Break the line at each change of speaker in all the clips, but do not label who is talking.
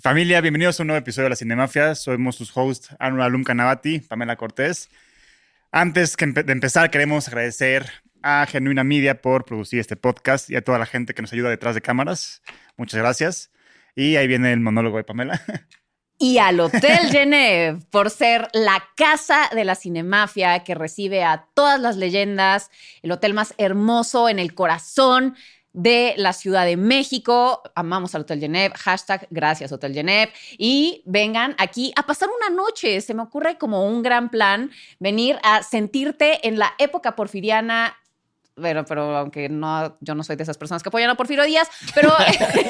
Familia, bienvenidos a un nuevo episodio de La Cinemafia. Somos sus hosts, Arnold Alum Canavati, Pamela Cortés. Antes que empe- de empezar, queremos agradecer a Genuina Media por producir este podcast y a toda la gente que nos ayuda detrás de cámaras. Muchas gracias. Y ahí viene el monólogo de Pamela.
y al Hotel Genève por ser la casa de la cinemafia que recibe a todas las leyendas, el hotel más hermoso en el corazón de la Ciudad de México. Amamos al Hotel Genève, hashtag gracias Hotel Genève. Y vengan aquí a pasar una noche, se me ocurre como un gran plan venir a sentirte en la época porfiriana. Bueno, pero aunque no, yo no soy de esas personas que apoyan a Porfirio Díaz, pero,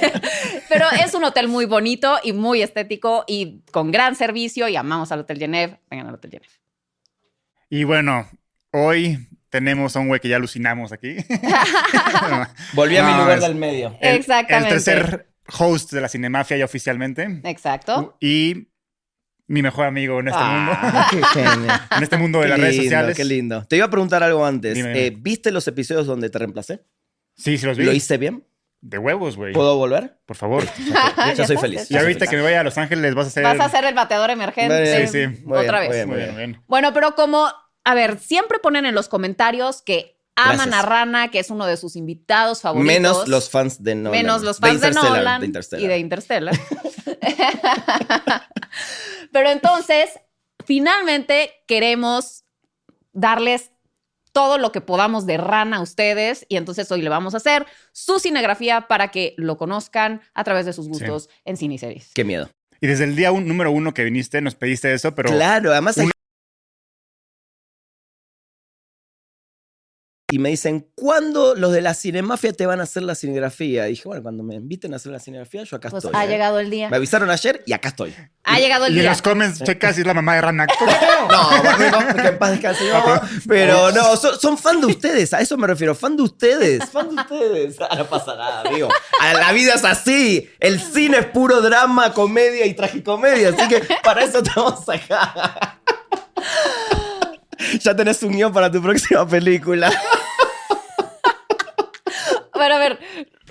pero es un hotel muy bonito y muy estético y con gran servicio y amamos al Hotel Genève. Vengan al Hotel Genève.
Y bueno, hoy tenemos a un güey que ya alucinamos aquí.
Volví a
No,
mi lugar
es- este
del medio.
El-
Exactamente.
El tercer host de La Cinemafia ya oficialmente.
Uh,
Exacto.
Y mi mejor amigo en este mundo.
Ah,
Genial.
En este mundo de las redes sociales.
Qué lindo. Te iba a preguntar algo antes.
Dime, dime.
Eh, ¿Viste los episodios donde te reemplacé?
Sí, sí los vi.
¿Lo hice bien?
De huevos, güey.
¿Puedo volver?
Por favor.
Ya,
Ya
soy
estás,
feliz.
Y
ya soy
ahorita que me vaya a Los Ángeles vas a hacer...
Vas a ser el bateador
Sí,
emergente.
sí.
Muy bien,
Otra
muy
vez.
bien.
Muy bien, muy bien.
Bueno, pero como, a ver, siempre ponen en los comentarios que aman
Gracias.
a Rana, que es uno de sus invitados
feliz.
favoritos.
Menos los fans de Nolan.
Menos los fans de,
Interstellar,
Nolan
de Interstellar.
y de Interstellar. Pero entonces, finalmente queremos darles todo lo que podamos de rana a ustedes y entonces hoy le vamos a hacer su cinegrafía para que lo conozcan a través de sus gustos en cine y series.
Qué miedo.
Y desde el día un- número uno que viniste nos pediste eso, pero...
claro, además hay-
Un-
Y me dicen, ¿cuándo los de la cinemafia te van a hacer la cinegrafía? Y dije, bueno, cuando me inviten a hacer la cinegrafía, yo acá
Pues
estoy.
ha
¿eh?
llegado el día.
Me avisaron ayer y acá estoy.
Ha llegado el
Y en
día.
los comments checas si es la mamá de Rana. ¿Cómo creo?
No, bueno, no, que en paz descanse mi mamá. Pero no, son, son fan de ustedes, a eso me refiero, fan de ustedes. Fan de ustedes. Ah, no pasa nada, amigo. Ah, La vida es así. El cine es puro drama, comedia y tragicomedia. Así que para eso estamos acá. Ya tenés un guión para tu próxima película.
Bueno, a ver,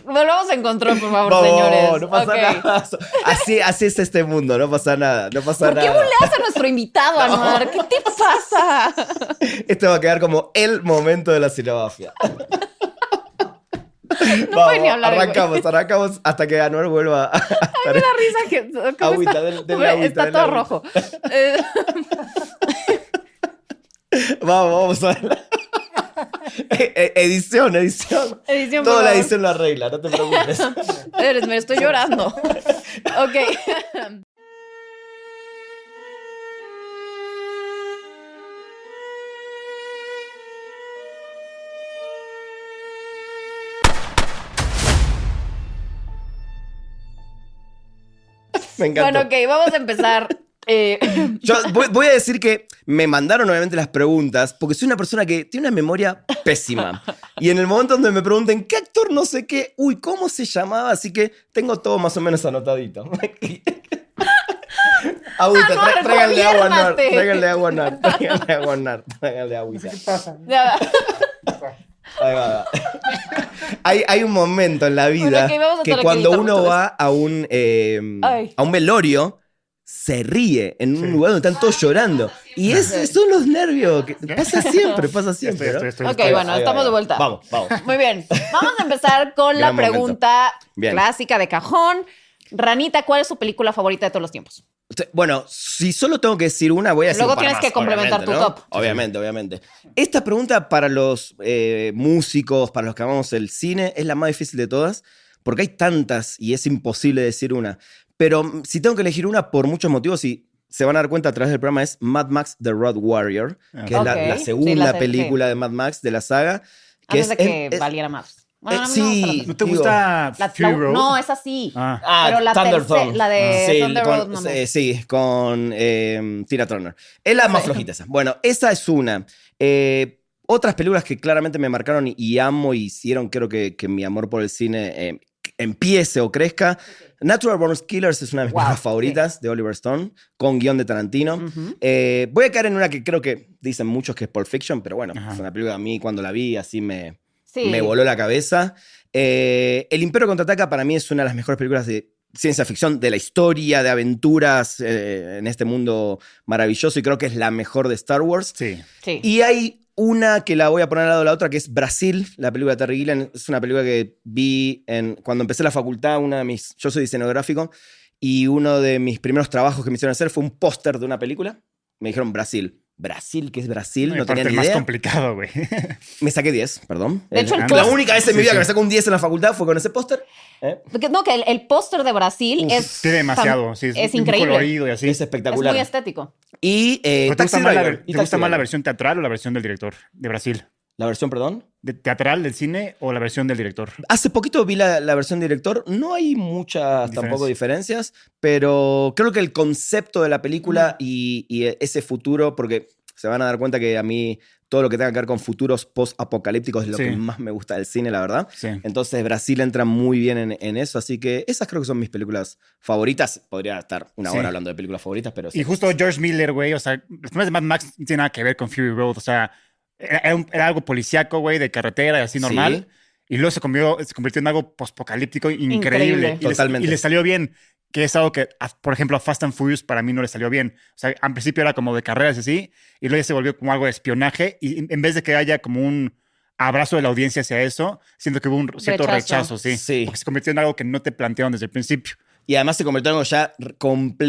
volvamos a encontrar, por favor,
Vamos,
señores.
no pasa
Ok.
nada. Así, así es este mundo, no pasa nada, no pasa
¿Por qué
nada.
buleas a nuestro invitado, Anuar? ¿Qué te pasa?
Este va a quedar como el momento de la cinemafia.
No puede ni hablar el güey.
arrancamos, arrancamos hasta que Anuel vuelva a, a
La
estar-
risa que. ¿cómo está?
Agüita, denle- denle
Güey,
agüita,
está
denle
todo
agüita.
rojo. Eh,
Vamos, vamos a ver. E- e- edición, edición.
edición, por
Toda la
favor.
edición la arregla, no te preocupes.
Eres, me estoy llorando. Ok.
Me encantó.
Bueno, ok, vamos a empezar. Eh,
Yo voy, voy a decir que me mandaron obviamente las preguntas porque soy una persona que tiene una memoria pésima. Y en el momento donde me pregunten qué actor no sé qué, uy, ¿cómo se llamaba? Así que tengo todo más o menos anotadito. Agüita,
Anuar,
tra- tráiganle agua a Anuar,
gobiérnate.
tráiganle agua a Anuar, tráiganle agua a Anuar, tráiganle agüita.
ya va.
Pues
Ahí va, va. hay, hay un momento en la
Bueno,
vida
ok, vamos a
que
tratar de
cuando
evitarlo
uno
todo
va a un, eh,
Ay.
a un velorio, se ríe en un
Sí.
lugar donde están todos llorando. Y ese son los nervios. que- pasa siempre, pasa
Ya estoy,
siempre.
estoy,
¿no?
estoy,
Ok,
estoy.
bueno. estamos de vuelta.
Vamos, vamos.
Muy bien. Vamos a empezar con la
Gran momento.
pregunta
Bien.
clásica de cajón. Ranita, ¿cuál es su película favorita de todos los tiempos?
Te- Bueno, si solo tengo que decir una, voy a decir
Luego
un par
tienes
más,
que complementar
obviamente,
tu
¿no?
top.
Obviamente, obviamente. Esta pregunta para los eh, músicos, para los que amamos el cine, es la más difícil de todas, porque hay tantas y es imposible decir una. Pero mm, si tengo que elegir una por muchos motivos, y se van a dar cuenta a través del programa, es Mad Max The Road Warrior, que es la-
Ok,
la,
sí,
segunda
la-
película de Mad Max de la saga.
Antes
Que es,
de que
es- es-
valiera más. Bueno,
eh,
a mí
sí.
me gusta tanto.
¿No te
Digo,
gusta
La-
Fury
la-
Road?
no, es así.
Ah,
Ah,
Pero la
Thunder
tercera-
Thumb.
la de
Ah, Sí,
Thunder
con-
Road, mamá.
eh, sí, con eh, Tina Turner. Es la más flojita esa. Bueno, esa es una. Eh, otras películas que claramente me marcaron y- y amo y hicieron, creo que, que mi amor por el cine eh, empiece o crezca. Natural Born Killers es una de mis
Wow,
películas
sí. Mm.
favoritas de Oliver Stone, con guión de Tarantino.
Ujú.
Eh, voy a caer en una que creo que dicen muchos que es Pulp Fiction, pero bueno,
Ajá.
es una película que a mí cuando la vi así me,
Sí.
me voló la cabeza. Eh, el Imperio Contraataca para mí es una de las mejores películas de ciencia ficción, de la historia, de aventuras eh, en este mundo maravilloso y creo que es la mejor de Star Wars.
Sí.
Sí.
Y hay una que la voy a poner al lado de la otra, que es Brasil, la película de Terry Gilliam. Es una película que vi en, cuando empecé la facultad, una de mis, yo soy diseño gráfico, y uno de mis primeros trabajos que me hicieron hacer fue un póster de una película. Me dijeron Brasil. Brasil, ¿qué es Brasil? No
parte
tenía ni
el más
idea.
complicado, güey.
Me saqué 10, perdón.
De
El-
hecho, el
Anda.
la
póster-
única vez en
Sí,
mi vida
sí.
que me sacó un 10 en la facultad fue con ese póster. ¿eh?
Porque- No, que el, el póster de Brasil
Uf,
es.
Tiene demasiado, sí.
es
muy
increíble.
colorido y así.
Es
Es
espectacular.
muy estético.
y eh,
¿Pero ¿Te
Taxi
gusta, más la,
Driver,
ver-
y
te gusta más
Taxi
la
Driver.
versión teatral o la versión del director de Brasil?
¿La versión, perdón?
¿De teatral del cine o la versión del director?
Hace poquito vi la, la versión director. No hay muchas
Diferencia.
tampoco diferencias, pero creo que el concepto de la película y, y ese futuro, porque se van a dar cuenta que a mí todo lo que tenga que ver con futuros post-apocalípticos es lo
Sí.
que más me gusta del cine, la verdad.
Sí.
Entonces Brasil entra muy bien en, en eso, así que esas creo que son mis películas favoritas. Podría estar una
Sí.
hora hablando de películas favoritas, pero Pues sí.
Y justo George Miller, güey, o sea, los temas de Mad Max no tienen nada que ver con Fury Road, o sea, era, era un- era algo policíaco, güey, de carretera y así
Sí.
normal. Y luego se convirtió, se convirtió en algo pospocalíptico increíble.
Increíble.
Y les-
Totalmente.
Y le salió bien, que es algo que, a- por ejemplo, a Fast and Furious para mí no le salió bien. O sea, al principio era como de carreras y así, y luego ya se volvió como algo de espionaje. Y en- en vez de que haya como un abrazo de la audiencia hacia eso, siento que hubo un cierto
Rechazo.
rechazo, sí,
Sí.
Porque se convirtió en algo que no te plantearon desde el principio.
Y además se convirtió en algo ya r-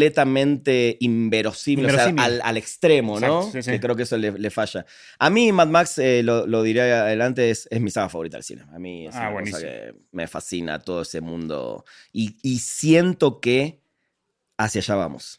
completamente inverosímil, o
Inverosímil.
sea, al, al extremo, ¿no?
Exacto, sí, sí.
Que creo que eso le, le falla. A mí Mad Max, eh, lo, lo diré adelante, es, es mi saga favorita del cine. A mí es
Ah,
una cosa
buenísimo.
que me fascina todo ese mundo. Y, y siento que hacia allá vamos.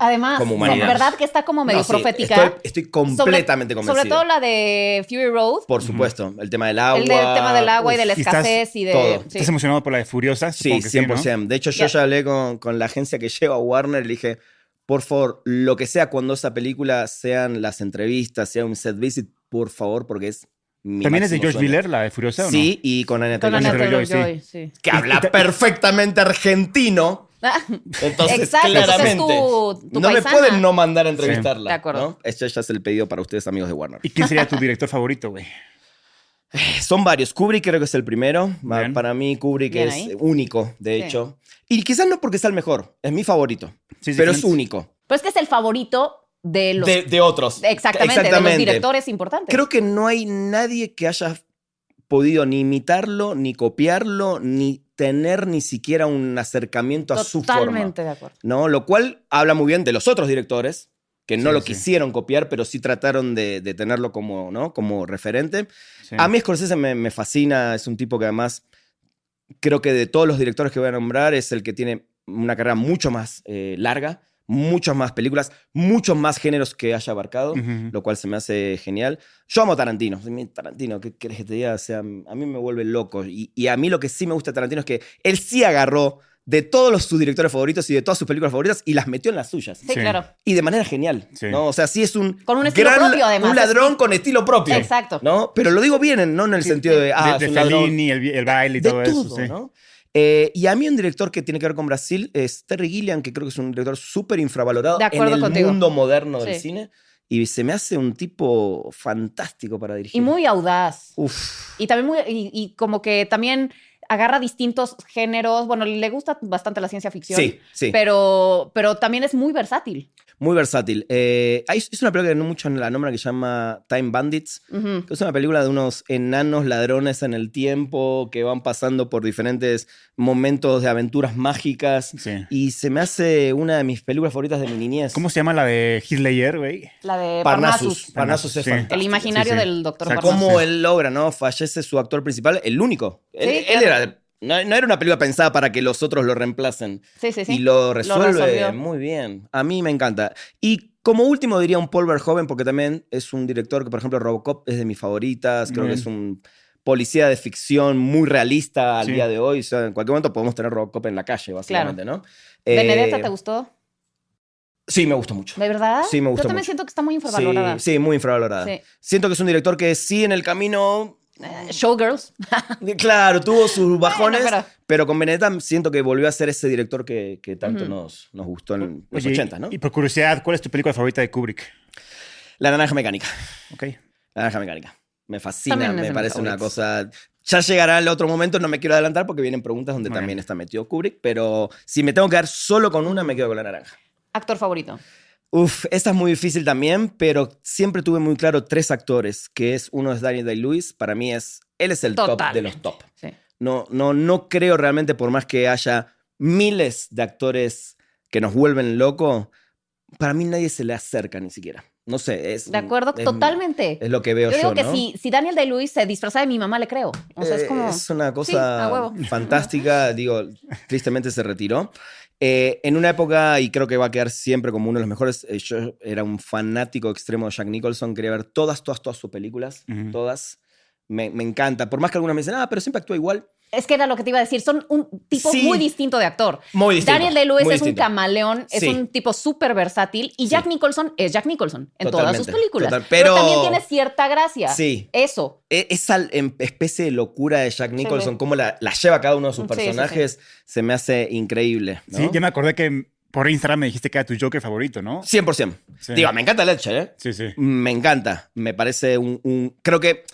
Además,
Como
la
humanidad.
verdad que está como medio
No, sí,
profética.
Estoy, estoy completamente
sobre,
convencido.
Sobre todo la de Fury Road.
Por supuesto, el tema del agua.
el del tema del agua y de la
uf, y estás-
escasez y de.
todo.
sí.
¿Estás emocionado por la de Furiosa?
Sí,
Supongo que
100%.
¿no?
De hecho,
Ya.
yo ya hablé con, con la agencia que lleva a Warner y le dije, por favor, lo que sea cuando esa película, sean las entrevistas, sea un set visit, por favor, porque es mi
¿También es de
máximo
George
sueño.
Miller, la de Furiosa? o no?
Sí, y con Anya
Con Ana
Taylor-Joy,
Taylor-Joy,
Taylor-Joy, sí.
que habla perfectamente argentino.
Ah,
Entonces,
Exacto, entonces
claramente,
es tu, tu
no me
paisana.
pueden no mandar a entrevistarla.
de acuerdo.
¿no? Este ya es el pedido para ustedes, amigos de Warner.
¿Y quién sería tu director favorito, güey?
Son varios. Kubrick creo que es el primero. Ma-
Bien.
Para mí, Kubrick
Bien
es
ahí.
único, de
Sí.
hecho. Y quizás no porque sea el mejor, es mi favorito,
Sí, sí,
pero es
Clint.
único.
Pero es que es el favorito de los.
de, de otros.
exactamente, de los directores importantes.
Creo que no hay nadie que haya podido ni imitarlo, ni copiarlo, ni tener ni siquiera un acercamiento a su forma.
Totalmente de acuerdo.
¿no? Lo cual habla muy bien de los otros directores, que no
Sí,
lo
sí.
quisieron copiar, pero sí trataron de, de tenerlo como, ¿no? como referente.
Sí.
A mí Scorsese me, me fascina, es un tipo que además creo que de todos los directores que voy a nombrar es el que tiene una carrera mucho más eh, larga, muchas más películas, muchos más géneros que haya abarcado,
Ujú.
lo cual se me hace genial. Yo amo a Tarantino, a mí Tarantino, ¿qué querés que te diga? O sea, a mí me vuelve loco y, y a mí lo que sí me gusta de Tarantino es que él sí agarró de todos los- sus directores favoritos y de todas sus películas favoritas y las metió en las suyas.
Sí,
Sí.
claro.
Y de manera genial,
Sí.
¿no? O sea, sí es un
Con un estilo
gran-
propio, además.
un ladrón con estilo propio.
Exacto.
¿no? Pero lo digo bien, en- no en el
Sí,
sentido de,
de,
ah, es
de
un ladrón.
Fellini, el, vi- el baile y
de
todo,
todo,
eso. sí.
¿no? Eh, y a mí un director que tiene que ver con Brasil es Terry Gilliam, que creo que es un director súper infravalorado
De
en
acuerdo
el
contigo.
mundo moderno
Sí.
del cine. Y se me hace un tipo fantástico para dirigir.
Y muy audaz.
Uf.
Y también muy, y, y como que también agarra distintos géneros. Bueno, le gusta bastante la ciencia ficción.
Sí, sí.
Pero, pero también es muy versátil.
Muy versátil. Eh, hay- es una película que no mucho la nombra que se llama Time Bandits.
Ujú.
que Es una película de unos enanos ladrones en el tiempo que van pasando por diferentes momentos de aventuras mágicas.
Sí.
Y se me hace una de mis películas favoritas de mi niñez.
¿Cómo se llama la de Hitler, güey?
La de Parnassus.
Parnassus. Parnassus es
Sí.
fantástico.
El imaginario
Sí, sí.
del doctor
O sea,
Parnassus.
¿Cómo él logra, no? Fallece su actor principal, el único. Él,
Sí,
él
claro.
era- no, no era una película pensada para que los otros lo reemplacen.
Sí, sí, sí.
Y lo resuelve
resolvió.
muy bien. A mí me encanta. Y como último diría un Paul Verhoeven, porque también es un director que, por ejemplo, Robocop es de mis favoritas. Creo
Muy
que
bien.
es un policía de ficción muy realista al
Sí.
día de hoy. O sea, en cualquier momento podemos tener Robocop en la calle, básicamente, ¿no? Eh,
¿Benedetta te gustó?
Sí, me gustó mucho.
¿De verdad?
Sí, me gustó
Yo también
mucho.
siento que está muy
Sí,
infravalorada.
sí, muy infravalorada.
Sí.
Siento que es un director que sí en el camino,
Eh, Showgirls.
claro, tuvo sus bajones,
Bueno,
pero... con Benedetta siento que volvió a ser ese director que, que tanto
Ujú.
nos, nos gustó en los
Oye,
80, ¿no?
Y por curiosidad, ¿cuál es tu película favorita de Kubrick?
La naranja mecánica.
Ok.
La naranja mecánica. Me fascina,
También es de
me
mis
parece una
favoritas.
cosa... Ya llegará el otro momento, no me quiero adelantar porque vienen preguntas donde
Muy
también
bien.
está metido Kubrick, pero si me tengo que quedar solo con una, me quedo con la naranja.
Actor favorito.
Uf, esta es muy difícil también, pero siempre tuve muy claro tres actores, que es uno es Daniel Day-Lewis, para mí es, él es el top de los
Totalmente.
top.
Sí.
No, no, no creo realmente, por más que haya miles de actores que nos vuelven loco, para mí nadie se le acerca ni siquiera. No sé, es...
De acuerdo,
es-
totalmente.
Es lo que veo
Yo
yo,
digo que
¿no?
si, si Daniel Day-Lewis se disfraza de mi mamá, le creo. O sea, es
Eh,
como.
es una
a
cosa
huevo.
fantástica, digo, tristemente se retiró. Eh, en una época, y creo que va a quedar siempre como uno de los mejores, eh, yo era un fanático extremo de Jack Nicholson, quería ver todas, todas, todas sus películas,
Ujú.
todas. Me, me encanta, por más que algunas me dicen, ah, pero siempre actúa igual.
Es que era lo que te iba a decir. Son un tipo
Sí.
muy distinto de actor.
Muy distinto.
Daniel Day-Lewis es
muy
un
distinto.
camaleón, es
Sí.
un tipo súper versátil. Y Jack
Sí.
Nicholson es Jack Nicholson en todas
Totalmente,
sus películas.
total,
pero...
pero-
también tiene cierta gracia.
Sí.
Eso.
E- Esa em- especie de locura de Jack Nicholson,
sí.
cómo la, la lleva cada uno de sus
Sí, sí, sí.
personajes, se me hace increíble. ¿no?
Sí, ya me acordé que por Instagram me dijiste que era tu Joker favorito, ¿no?
100%.
Sí.
Digo, me encanta Ledger, ¿eh?
Sí, sí.
Me encanta. Me parece un, un- Creo que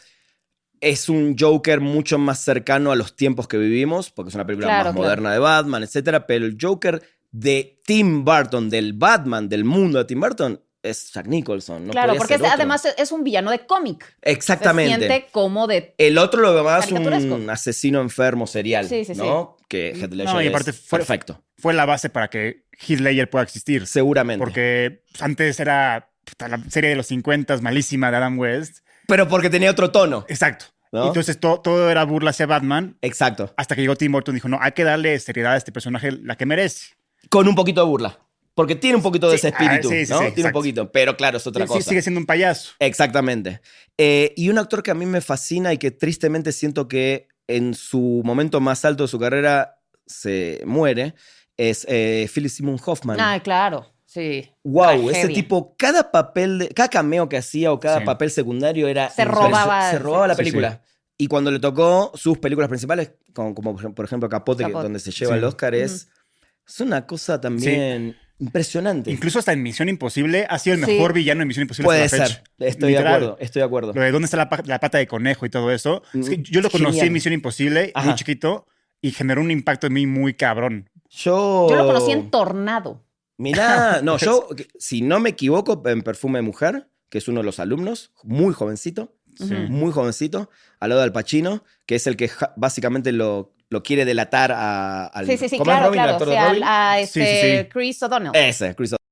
es un Joker mucho más cercano a los tiempos que vivimos, porque es una película
Claro,
más
claro.
moderna de Batman, etcétera, Pero el Joker de Tim Burton, del Batman, del mundo de Tim Burton, es Jack Nicholson. No
claro,
podía
porque
ser
es-
otro.
además es un villano de cómic.
Exactamente.
Se siente como de.
El otro lo llamabas un
Caricaturesco.
asesino enfermo serial,
Sí, sí, sí.
¿no? Que Heath Ledger
No, y
es
aparte fue-
perfecto,
Fue la base para que Heath Ledger pueda existir.
seguramente.
Porque pues, antes era puta, la serie de los 50 malísima de Adam West.
Pero porque tenía otro tono,
Exacto.
¿no?
Entonces to- todo era burla hacia Batman.
Exacto.
Hasta que llegó Tim Burton y dijo, no, hay que darle seriedad a este personaje la que merece.
Con un poquito de burla. Porque tiene un poquito de
Sí,
ese espíritu,
ah, sí, sí,
¿no?
sí,
tiene un
exacto.
poquito, pero claro, es otra
Sí,
cosa.
sigue siendo un payaso.
Exactamente. Eh, y un actor que a mí me fascina y que tristemente siento que en su momento más alto de su carrera se muere es eh, Philip Simon Hoffman.
Ah, claro. Sí.
wow, ese
Tragedia.
tipo, cada papel, de- cada cameo que hacía o cada
Sí.
papel secundario era.
Se
impresionante.
robaba-
Se robaba la
Sí, sí.
película. Y cuando le tocó sus películas principales, como, como por ejem- por ejemplo Capote, que-
Capote.
donde se lleva
Sí.
el Oscar, es, es una cosa también impresionante.
Incluso hasta en Misión Imposible ha sido el
Sí.
mejor villano en Misión Imposible.
Puede
hasta la
ser.
fecha.
Estoy
Literal.
de acuerdo, estoy de acuerdo.
Lo de dónde está la, pa- la pata de conejo y todo eso. Es que
Mm,
yo lo conocí
genial.
en Misión Imposible,
Ajá.
muy chiquito, y generó un impacto en mí muy cabrón.
Yo.
Yo lo conocí en Tornado.
Mirá, no, yo, si no me equivoco, en Perfume de Mujer, que es uno de los alumnos, muy jovencito,
Sí.
Ujú.
muy jovencito, al lado del Pacino, que es el que ja- básicamente lo, lo quiere delatar a, al.
Sí, sí, sí,
¿cómo es
claro,
Robin, el
claro.
actor
O
de
sea,
Robin?
a, a
Sí,
este
sí, sí.
Chris O'Donnell.
Ese, Chris O'Donnell.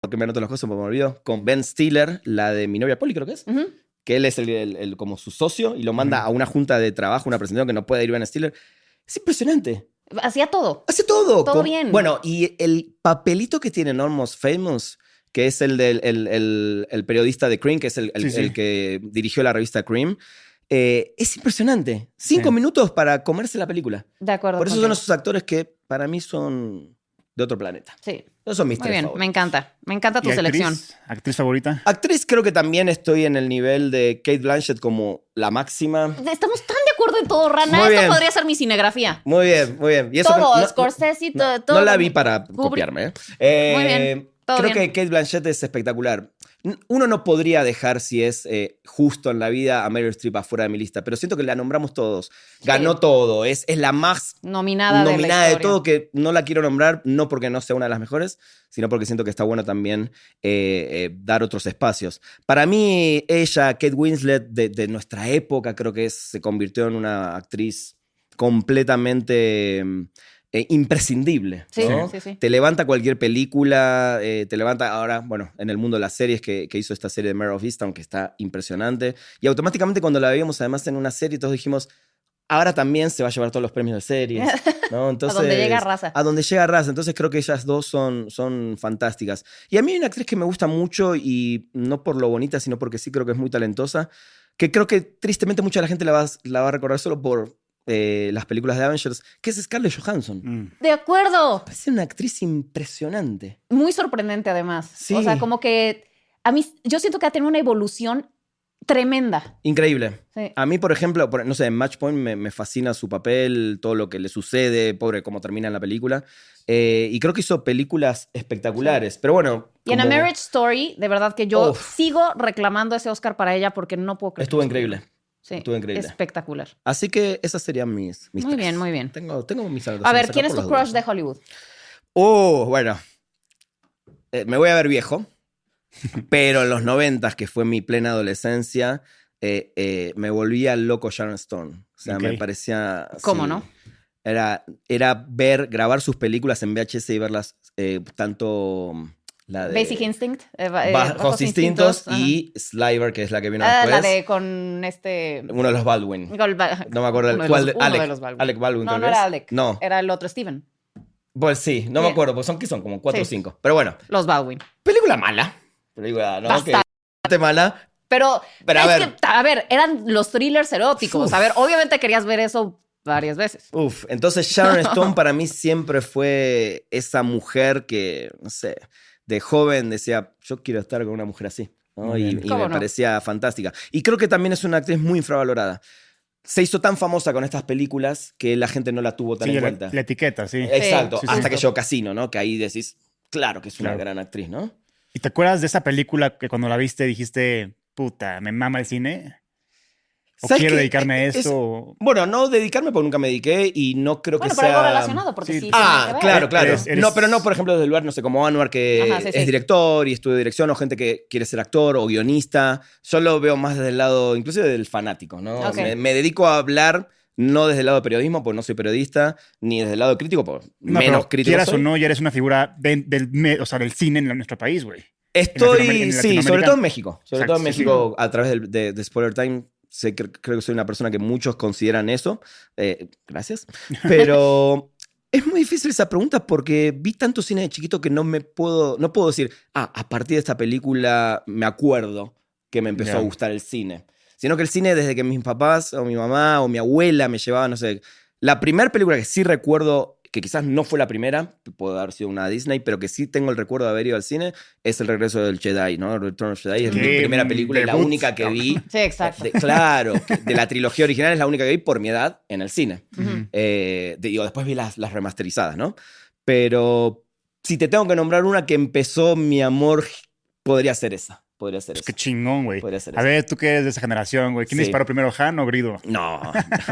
Porque me anoto las cosas, porque me olvidó. Con Ben Stiller, la de mi novia Polly, creo que es
Ujú.
que él es el, el- el- como su socio y lo manda
Ujú.
a una junta de trabajo, una presentación que no puede ir Ben Stiller. Es impresionante.
Hacía todo.
Hace todo.
Todo
Con-
bien.
Bueno, y el papelito que tiene Normos Famous, que es el del el, el- el periodista de Cream, que es el, el-
Sí, sí.
el que dirigió la revista Cream, eh, es impresionante. Cinco
Sí.
minutos para comerse la película.
De acuerdo.
Por eso son
contigo.
esos actores que para mí son de otro planeta.
Sí.
Esos son mis
Muy
tres
bien,
favoritos.
me encanta. Me encanta tu
¿Y actriz?
selección.
¿Actriz favorita?
Actriz creo que también estoy en el nivel de Kate Blanchett como la máxima.
Estamos tan de acuerdo en todo, Rana.
Muy
Esto
bien.
podría ser mi cinegrafía.
Muy bien, muy bien. Y eso
todo,
que no-
Scorsese,
no,
todo,
no
todo.
la vi para
Kubrick.
copiarme. ¿eh? Eh,
Muy bien, todo
creo
bien.
que Kate Blanchett es espectacular. N- Uno no podría dejar, si es eh, justo en la vida, a Meryl Streep afuera de mi lista, pero siento que la nombramos todos. Ganó
Sí.
todo, es, es la más
Nominada,
nominada
de, la
de,
historia.
todo, que no la quiero nombrar, no porque no sea una de las mejores, sino porque siento que está bueno también eh, eh, dar otros espacios. Para mí, ella, Kate Winslet, de, de nuestra época, creo que es- se convirtió en una actriz completamente mm, eh, imprescindible.
Sí,
¿no?
sí, sí.
Te levanta cualquier película, eh, te levanta ahora, bueno, en el mundo de las series que, que hizo esta serie de Mare of Easttown, que está impresionante. Y automáticamente cuando la veíamos además en una serie, todos dijimos, ahora también se va a llevar todos los premios de series. ¿no? Entonces,
a donde llega raza.
a donde llega Raza. Entonces creo que ellas dos son, son fantásticas. Y a mí hay una actriz que me gusta mucho y no por lo bonita, sino porque sí creo que es muy talentosa, que creo que tristemente mucha de la gente la va, a- la va a recordar solo por eh, las películas de Avengers, que es Scarlett Johansson. Me
Mm.
De acuerdo.
Parece una actriz impresionante.
Muy sorprendente, además.
Sí.
O sea, como que a mí, yo siento que ha tenido una evolución tremenda.
Increíble.
Sí.
A mí, por ejemplo, por- no sé, en Matchpoint me, me fascina su papel, todo lo que le sucede, pobre, cómo termina en la película. Eh, y creo que hizo películas espectaculares. Pero bueno.
Y en A
como-
Marriage Story, de verdad que yo
Uf.
sigo reclamando ese Oscar para ella porque no puedo creer.
Estuvo increíble.
Sí,
estuvo increíble.
Espectacular.
Así que esas serían mis. mis
Muy
tres.
bien, muy bien.
Tengo, tengo mis
A ver, ¿quién es tu crush de Hollywood?
Oh, bueno. Eh, me voy a ver viejo. pero en los noventas, que fue mi plena adolescencia, eh, eh, me volvía loco Sharon Stone. O sea, me
Ok.
parecía.
¿Cómo
sí,
no?
Era, era ver, grabar sus películas en VHS y verlas eh, tanto mm, la de
Basic Instinct. eh, ba- eh,
Bajos
Bajos
Instintos
Instintos,
y Sliver, que es la que vino
ajá. Ah, la
después.
de con este.
Uno de los Baldwin.
Gol- ba-
No me acuerdo
Uno de
el cuál.
los-
de-
uno
Alec,
de los Baldwin.
Alec Baldwin,
No,
creo
no
que
era
es.
Alec.
No,
Era el otro Steven.
pues sí, no me
Bien.
acuerdo. Pues son que son como cuatro o
Sí.
cinco. Pero bueno,
Los Baldwin.
película mala. Película, ¿no? Que-
Bastante.
bastante mala.
Pero,
Pero a
es
ver.
que, a ver, eran los thrillers eróticos.
Uf.
A ver, obviamente querías ver eso varias veces.
Uf, entonces Sharon Stone para mí siempre fue esa mujer que, no sé, de joven decía, yo quiero estar con una mujer así. ¿no?
Muy
Y,
bien.
y
¿Cómo
me
no?
parecía fantástica. Y creo que también es una actriz muy infravalorada. Se hizo tan famosa con estas películas que la gente no la tuvo tan
Sí, la,
en cuenta. Eh.
la etiqueta, sí.
Exacto,
Sí, sí,
hasta
sí.
que llegó Casino, ¿no? Que ahí decís, claro que es una
Claro.
gran actriz, ¿no?
¿Y te acuerdas de esa película que cuando la viste dijiste, puta, me mama el cine? ¿O
¿Sabes
quiero
qué?
dedicarme a
Es-
esto?
Bueno, no dedicarme porque nunca me dediqué y no creo
Bueno,
que
pero
sea...
algo relacionado, porque
sí.
sí.
Ah,
tiene que ver.
claro, claro.
Eres- eres-
No, pero no, por ejemplo, desde el lugar, no sé, como Anwar, que
Ajá, sí,
es
sí.
director y estudia dirección, o gente que quiere ser actor o guionista. Yo lo veo más desde el lado, inclusive del fanático, ¿no?
Ok.
Me, me dedico a hablar no desde el lado de periodismo, porque no soy periodista, ni desde el lado crítico, porque
No,
menos
pero
crítico.
Quieras
soy.
o no, ya eres una figura de- del, me- o sea, del cine en la- nuestro país, güey.
Estoy,
Latinoamer- en
sí, sobre
Latinoamérica.
todo en México. Sobre
Exacto,
todo en
sí, sí.
México, a través del- de, de Spoiler Time, sé que- creo que soy una persona que muchos consideran eso. Eh, gracias. Pero es muy difícil esa pregunta porque vi tanto cine de chiquito que no me puedo, no puedo decir, ah, a partir de esta película me acuerdo que me empezó
Ya.
a gustar el cine. Sino que el cine desde que mis papás o mi mamá o mi abuela me llevaban, no sé, la primera película que sí recuerdo, que quizás no fue la primera, puede haber sido una Disney, pero que sí tengo el recuerdo de haber ido al cine, es El regreso del Jedi, ¿no? Return of Jedi es mi
Qué
primera película y la
debut,
única que
¿no?
vi.
Sí, exacto.
de- claro, que de la trilogía original es la única que vi por mi edad en el cine.
Mm.
Ujú.
Eh, digo, después vi las, las remasterizadas, ¿no? Pero si te tengo que nombrar una que empezó mi amor, podría ser esa. Podría ser
Pues qué
esa.
chingón, güey.
Podría ser
A
esa.
ver, tú que eres de esa generación, güey. ¿Quién
Sí.
disparó primero, Han o Grido?
No,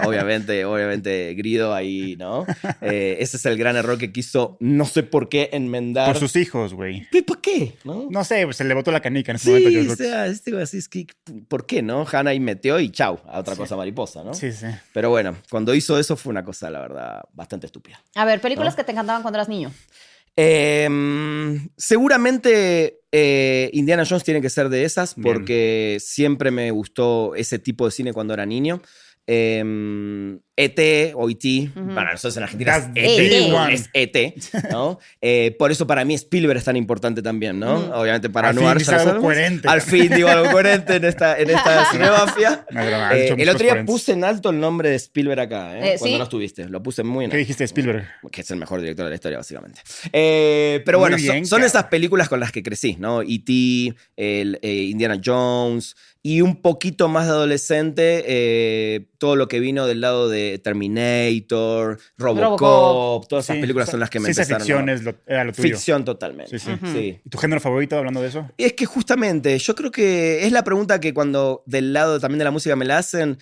obviamente, obviamente, Grido ahí, ¿no? Eh, ese es el gran error que quiso, no sé por qué, enmendar.
Por sus hijos, güey.
¿Y ¿Por qué? ¿No?
No sé, pues se le botó la canica en ese momento. yo
Sí,
creo
o
que-
sea, este es, digo, así es que, ¿por qué no? Hannah ahí metió y chau, a otra cosa mariposa, ¿no?
sí, sí.
Pero bueno, cuando hizo eso fue una cosa, la verdad, bastante estúpida.
A ver, películas
¿No?
que te encantaban cuando eras niño.
Em, seguramente eh, Indiana Jones tiene que ser de esas
Bien.
porque siempre me gustó ese tipo de cine cuando era niño. Em, ET o ET,
Ujú.
para nosotros en Argentina es
That's
the E
ET,
one.
es ET, ¿no? Eh, por eso para mí Spielberg es tan importante también, ¿no?
Ujú.
Obviamente para
Al fin
Noir
dice
ya lo
algo
sabemos.
coherente.
Al fin digo algo coherente en esta, en esta cinemafia.
No, es broma, has
Eh,
dicho
el
muchas
otro día
coherencias.
puse en alto el nombre de Spielberg acá, ¿eh?
Eh,
cuando
¿sí?
no estuviste. Lo puse muy en
¿Qué
alto
dijiste, Spielberg?
que es el mejor director de la historia, básicamente. Eh, pero
Muy
bueno, son-
bien,
son,
cabrón.
esas películas con las que crecí, ¿no? E.T., el, eh, Indiana Jones, y un poquito más de adolescente, eh, todo lo que vino del lado de Terminator, Robocop,
Robocop.
todas esas
Sí, o
películas
sea,
son las que me
ciencia
empezaron.
ficción
a-
es lo- era lo tuyo.
Ficción totalmente.
Sí, sí.
Ujú.
sí.
¿Y tu género favorito hablando de eso?
Es que justamente, yo creo que es la pregunta que cuando del lado también de la música me la hacen.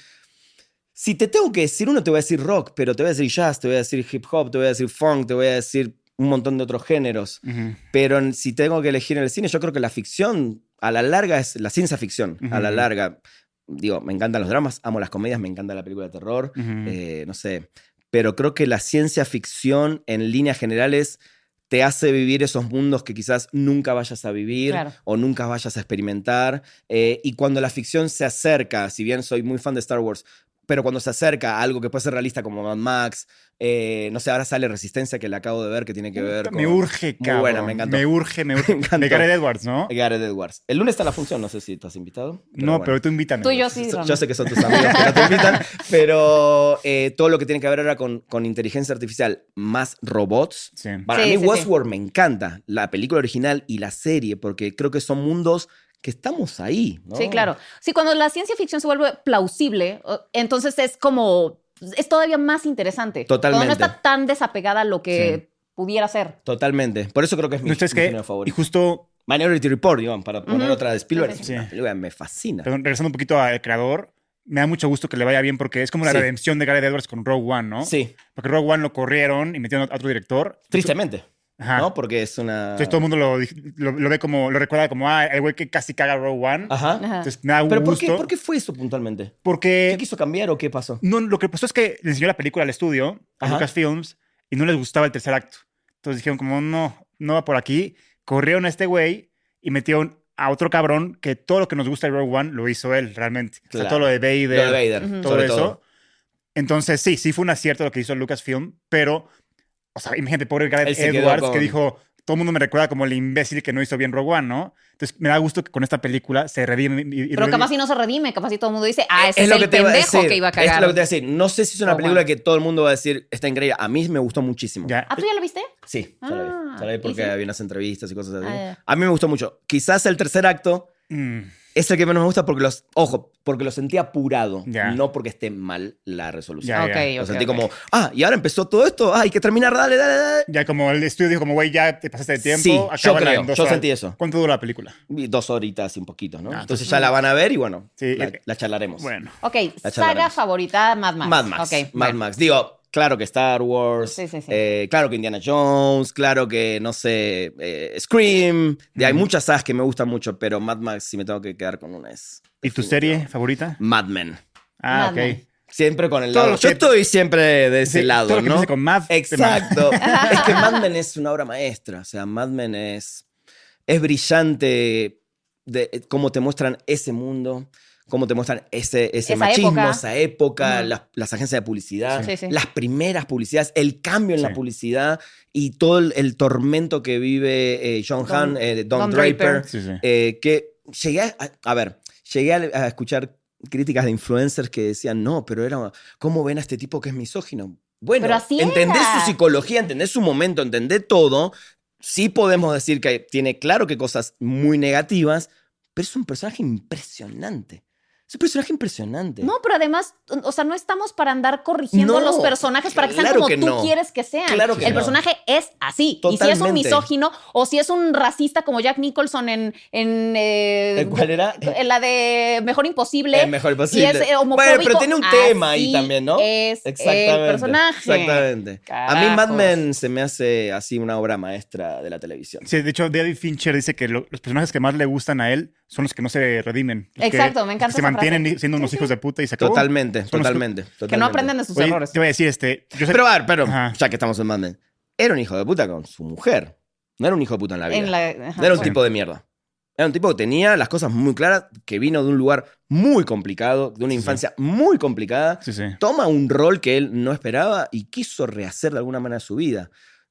Si te tengo que decir uno, te voy a decir rock, pero te voy a decir jazz, te voy a decir hip hop, te voy a decir funk, te voy a decir un montón de otros géneros.
Ujú.
Pero en- si tengo que elegir en el cine, yo creo que la ficción, a la larga, es la ciencia ficción. A la
Ujú.
larga, digo, me encantan los dramas, amo las comedias, me encanta la película de terror,
Ujú.
eh, no sé. Pero creo que la ciencia ficción, en líneas generales, te hace vivir esos mundos que quizás nunca vayas a vivir
Claro.
o nunca vayas a experimentar. Eh, y cuando la ficción se acerca, si bien soy muy fan de Star Wars, pero cuando se acerca a algo que puede ser realista como Mad Max, eh, no sé, ahora sale Resistencia que la acabo de ver, que tiene que ver con...
Me urge,
Muy
cabrón.
buena, me encantó.
Me urge, me urge.
Me encantó.
De Gareth Edwards, ¿no?
Gareth Edwards. El lunes está la función, no sé si estás invitado.
no,
bueno.
pero tú invítame.
Tú y
güey.
yo sí.
So-
Ron.
Yo sé que son tus amigos que no te invitan, pero eh, todo lo que tiene que ver ahora con, con inteligencia artificial más robots.
Sí.
Para
Sí,
mí,
sí, sí.
Westworld me encanta, la película original y la serie, porque creo que son mundos que estamos ahí. ¿no?
Sí, claro. Sí, cuando la ciencia ficción se vuelve plausible, o- entonces es como, es todavía más interesante.
Totalmente.
Cuando no está tan desapegada a lo que pudiera ser.
Totalmente. Por eso creo que es mi,
¿No ustedes
mi
qué?
género
Y
favorito.
justo,
Minority Report, Iván, para poner
Ujú.
otra de
Sí,
Spielberg.
sí,
Es
sí.
una película que me fascina.
perdón, regresando un poquito al creador, me da mucho gusto que le vaya bien porque es como la
Sí.
redención de Gareth Edwards con Rogue One, ¿no?
Sí,
Porque Rogue One lo corrieron y metieron a otro director.
tristemente,
Ajá.
¿no? Porque es
Ah.
una...
Entonces todo el mundo lo, lo- lo ve como, lo recuerda como, ah, el güey que casi caga Rogue One.
Ajá.
Ajá.
Entonces me da
¿Pero por
gusto.
qué, por qué fue eso puntualmente? ¿Qué
Porque
quiso cambiar o qué pasó?
no, lo que pasó es que le enseñó la película al estudio, a
Ajá.
Lucasfilms, y no les gustaba el tercer acto. Entonces dijeron como, no, no va por aquí. Corrieron a este güey y metieron a otro cabrón que todo lo que nos gusta de Rogue One lo hizo él realmente. O sea,
Claro.
todo lo de Vader,
Lo de Vader,
Ujú.
todo
sobre
eso.
todo.
Entonces sí, sí fue un acierto lo que hizo Lucasfilm, pero, o sea, imagínate, pobre
Él
Gareth
se quedó
Edwards que
con-
dijo... Todo el mundo me recuerda como el imbécil que no hizo bien Rogue One, ¿no? Entonces me da gusto que con esta película se redime. y- y
Pero
redime-
capaz si no se redime, capaz si todo el mundo dice,
Eh,
ah, ese es, el
te iba a
pendejo
decir.
que iba a
Es
cagar.
lo que te iba a decir. No sé si es una
Oh,
película
wow.
que todo el mundo va a decir, está increíble. A mí me gustó muchísimo.
Ya.
¿Ah, tú ya lo viste?
Sí, ya la vi. Ya la vi
Ah,
porque
¿y sí?
había unas entrevistas y cosas así.
Ah, ya.
A mí me gustó mucho. Quizás el tercer acto
Mm.
es el que menos me gusta porque los, ojo, porque lo sentí apurado,
Ya.
no porque esté mal la resolución.
Ya,
Ok,
ya.
Lo
ok,
sentí
ok.
como, ah, y ahora empezó todo esto, ah, hay que terminar, dale, dale, dale.
Ya como el estudio dijo como, güey, ya te pasaste de tiempo.
Sí, yo
acábala
creo,
en dos
yo
horas.
sentí eso.
¿Cuánto duró la película?
Y dos horitas y un poquito, ¿no?
Ah,
Entonces ya la van a ver y bueno,
Sí,
la,
eh,
la charlaremos.
Bueno.
Ok,
La
saga
charlaremos.
favorita, Mad Max.
Mad Max.
Ok,
Mad
bueno.
Max. Digo, claro que Star Wars.
Sí, sí, sí.
eh, claro que Indiana Jones. Claro que, no sé, eh, Scream. De- Hay
Ujú.
muchas sagas que me gustan mucho, pero Mad Max, si me tengo que quedar con una, es.
¿Y tu
definitivamente
serie favorita?
Mad Men.
Ah,
Mad
ok.
Men.
Siempre con el
Todo
lado.
lo
Yo
que-
estoy siempre de ese
Sí,
lado,
todo lo que
¿no?
empiece con Mad, te mata.
Exacto. es que Mad Men es una obra maestra. O sea, Mad Men es, es brillante de cómo te muestran ese mundo, cómo te muestran ese, ese
Esa
machismo,
época.
esa época,
Ujú.
las, las agencias de publicidad,
Sí, sí.
las primeras publicidades, el cambio en
Sí.
la publicidad y todo el, el tormento que vive eh, John
Don-
Hahn, eh, Don,
Don
Draper,
Draper.
Sí, sí.
eh, que llegué a, a ver, llegué a, a escuchar críticas de influencers que decían, no, pero era, ¿cómo ven a este tipo que es misógino? Bueno,
Pero así
entendés
era.
su psicología, entendés su momento, entendés todo. Sí podemos decir que tiene claro que cosas muy negativas, pero es un personaje impresionante. Es un personaje impresionante.
No, pero además, o sea, no estamos para andar corrigiendo
No,
los personajes para que sean
claro
como
que
tú
no.
quieres que sean.
Claro que
El
no.
personaje es así. Y si es un
Totalmente.
misógino o si es un racista como Jack Nicholson en, en, eh,
¿Eh, ¿Cuál era?
en la de Mejor Imposible.
Es mejor
Si
posible.
es eh, homofóbico.
bueno, pero tiene un tema ahí
así
también, ¿no?
Es el personaje.
Exactamente. A mí
Carajos.
Mad Men se me hace así una obra maestra de la televisión.
Sí, de hecho, David Fincher dice que lo- los personajes que más le gustan a él son los que no se redimen. los que-
Exacto, me encanta
los que Se
esa
mantienen
frase.
siendo unos
Sí,
hijos de puta y se acabó.
Totalmente,
Son los que-
totalmente,
Que no aprenden de sus
Oye,
errores.
te voy a decir, este, yo sé-
Pero a ver, pero
Ajá.
ya que estamos en Mad Men, era un hijo de puta con su mujer. No era un hijo de puta en la vida.
En la- ajá,
No era un
bueno.
tipo de mierda. Era un tipo que tenía las cosas muy claras, que vino de un lugar muy complicado, de una
Sí, sí.
infancia muy complicada.
Sí, sí.
Toma un rol que él no esperaba y quiso rehacer de alguna manera su vida.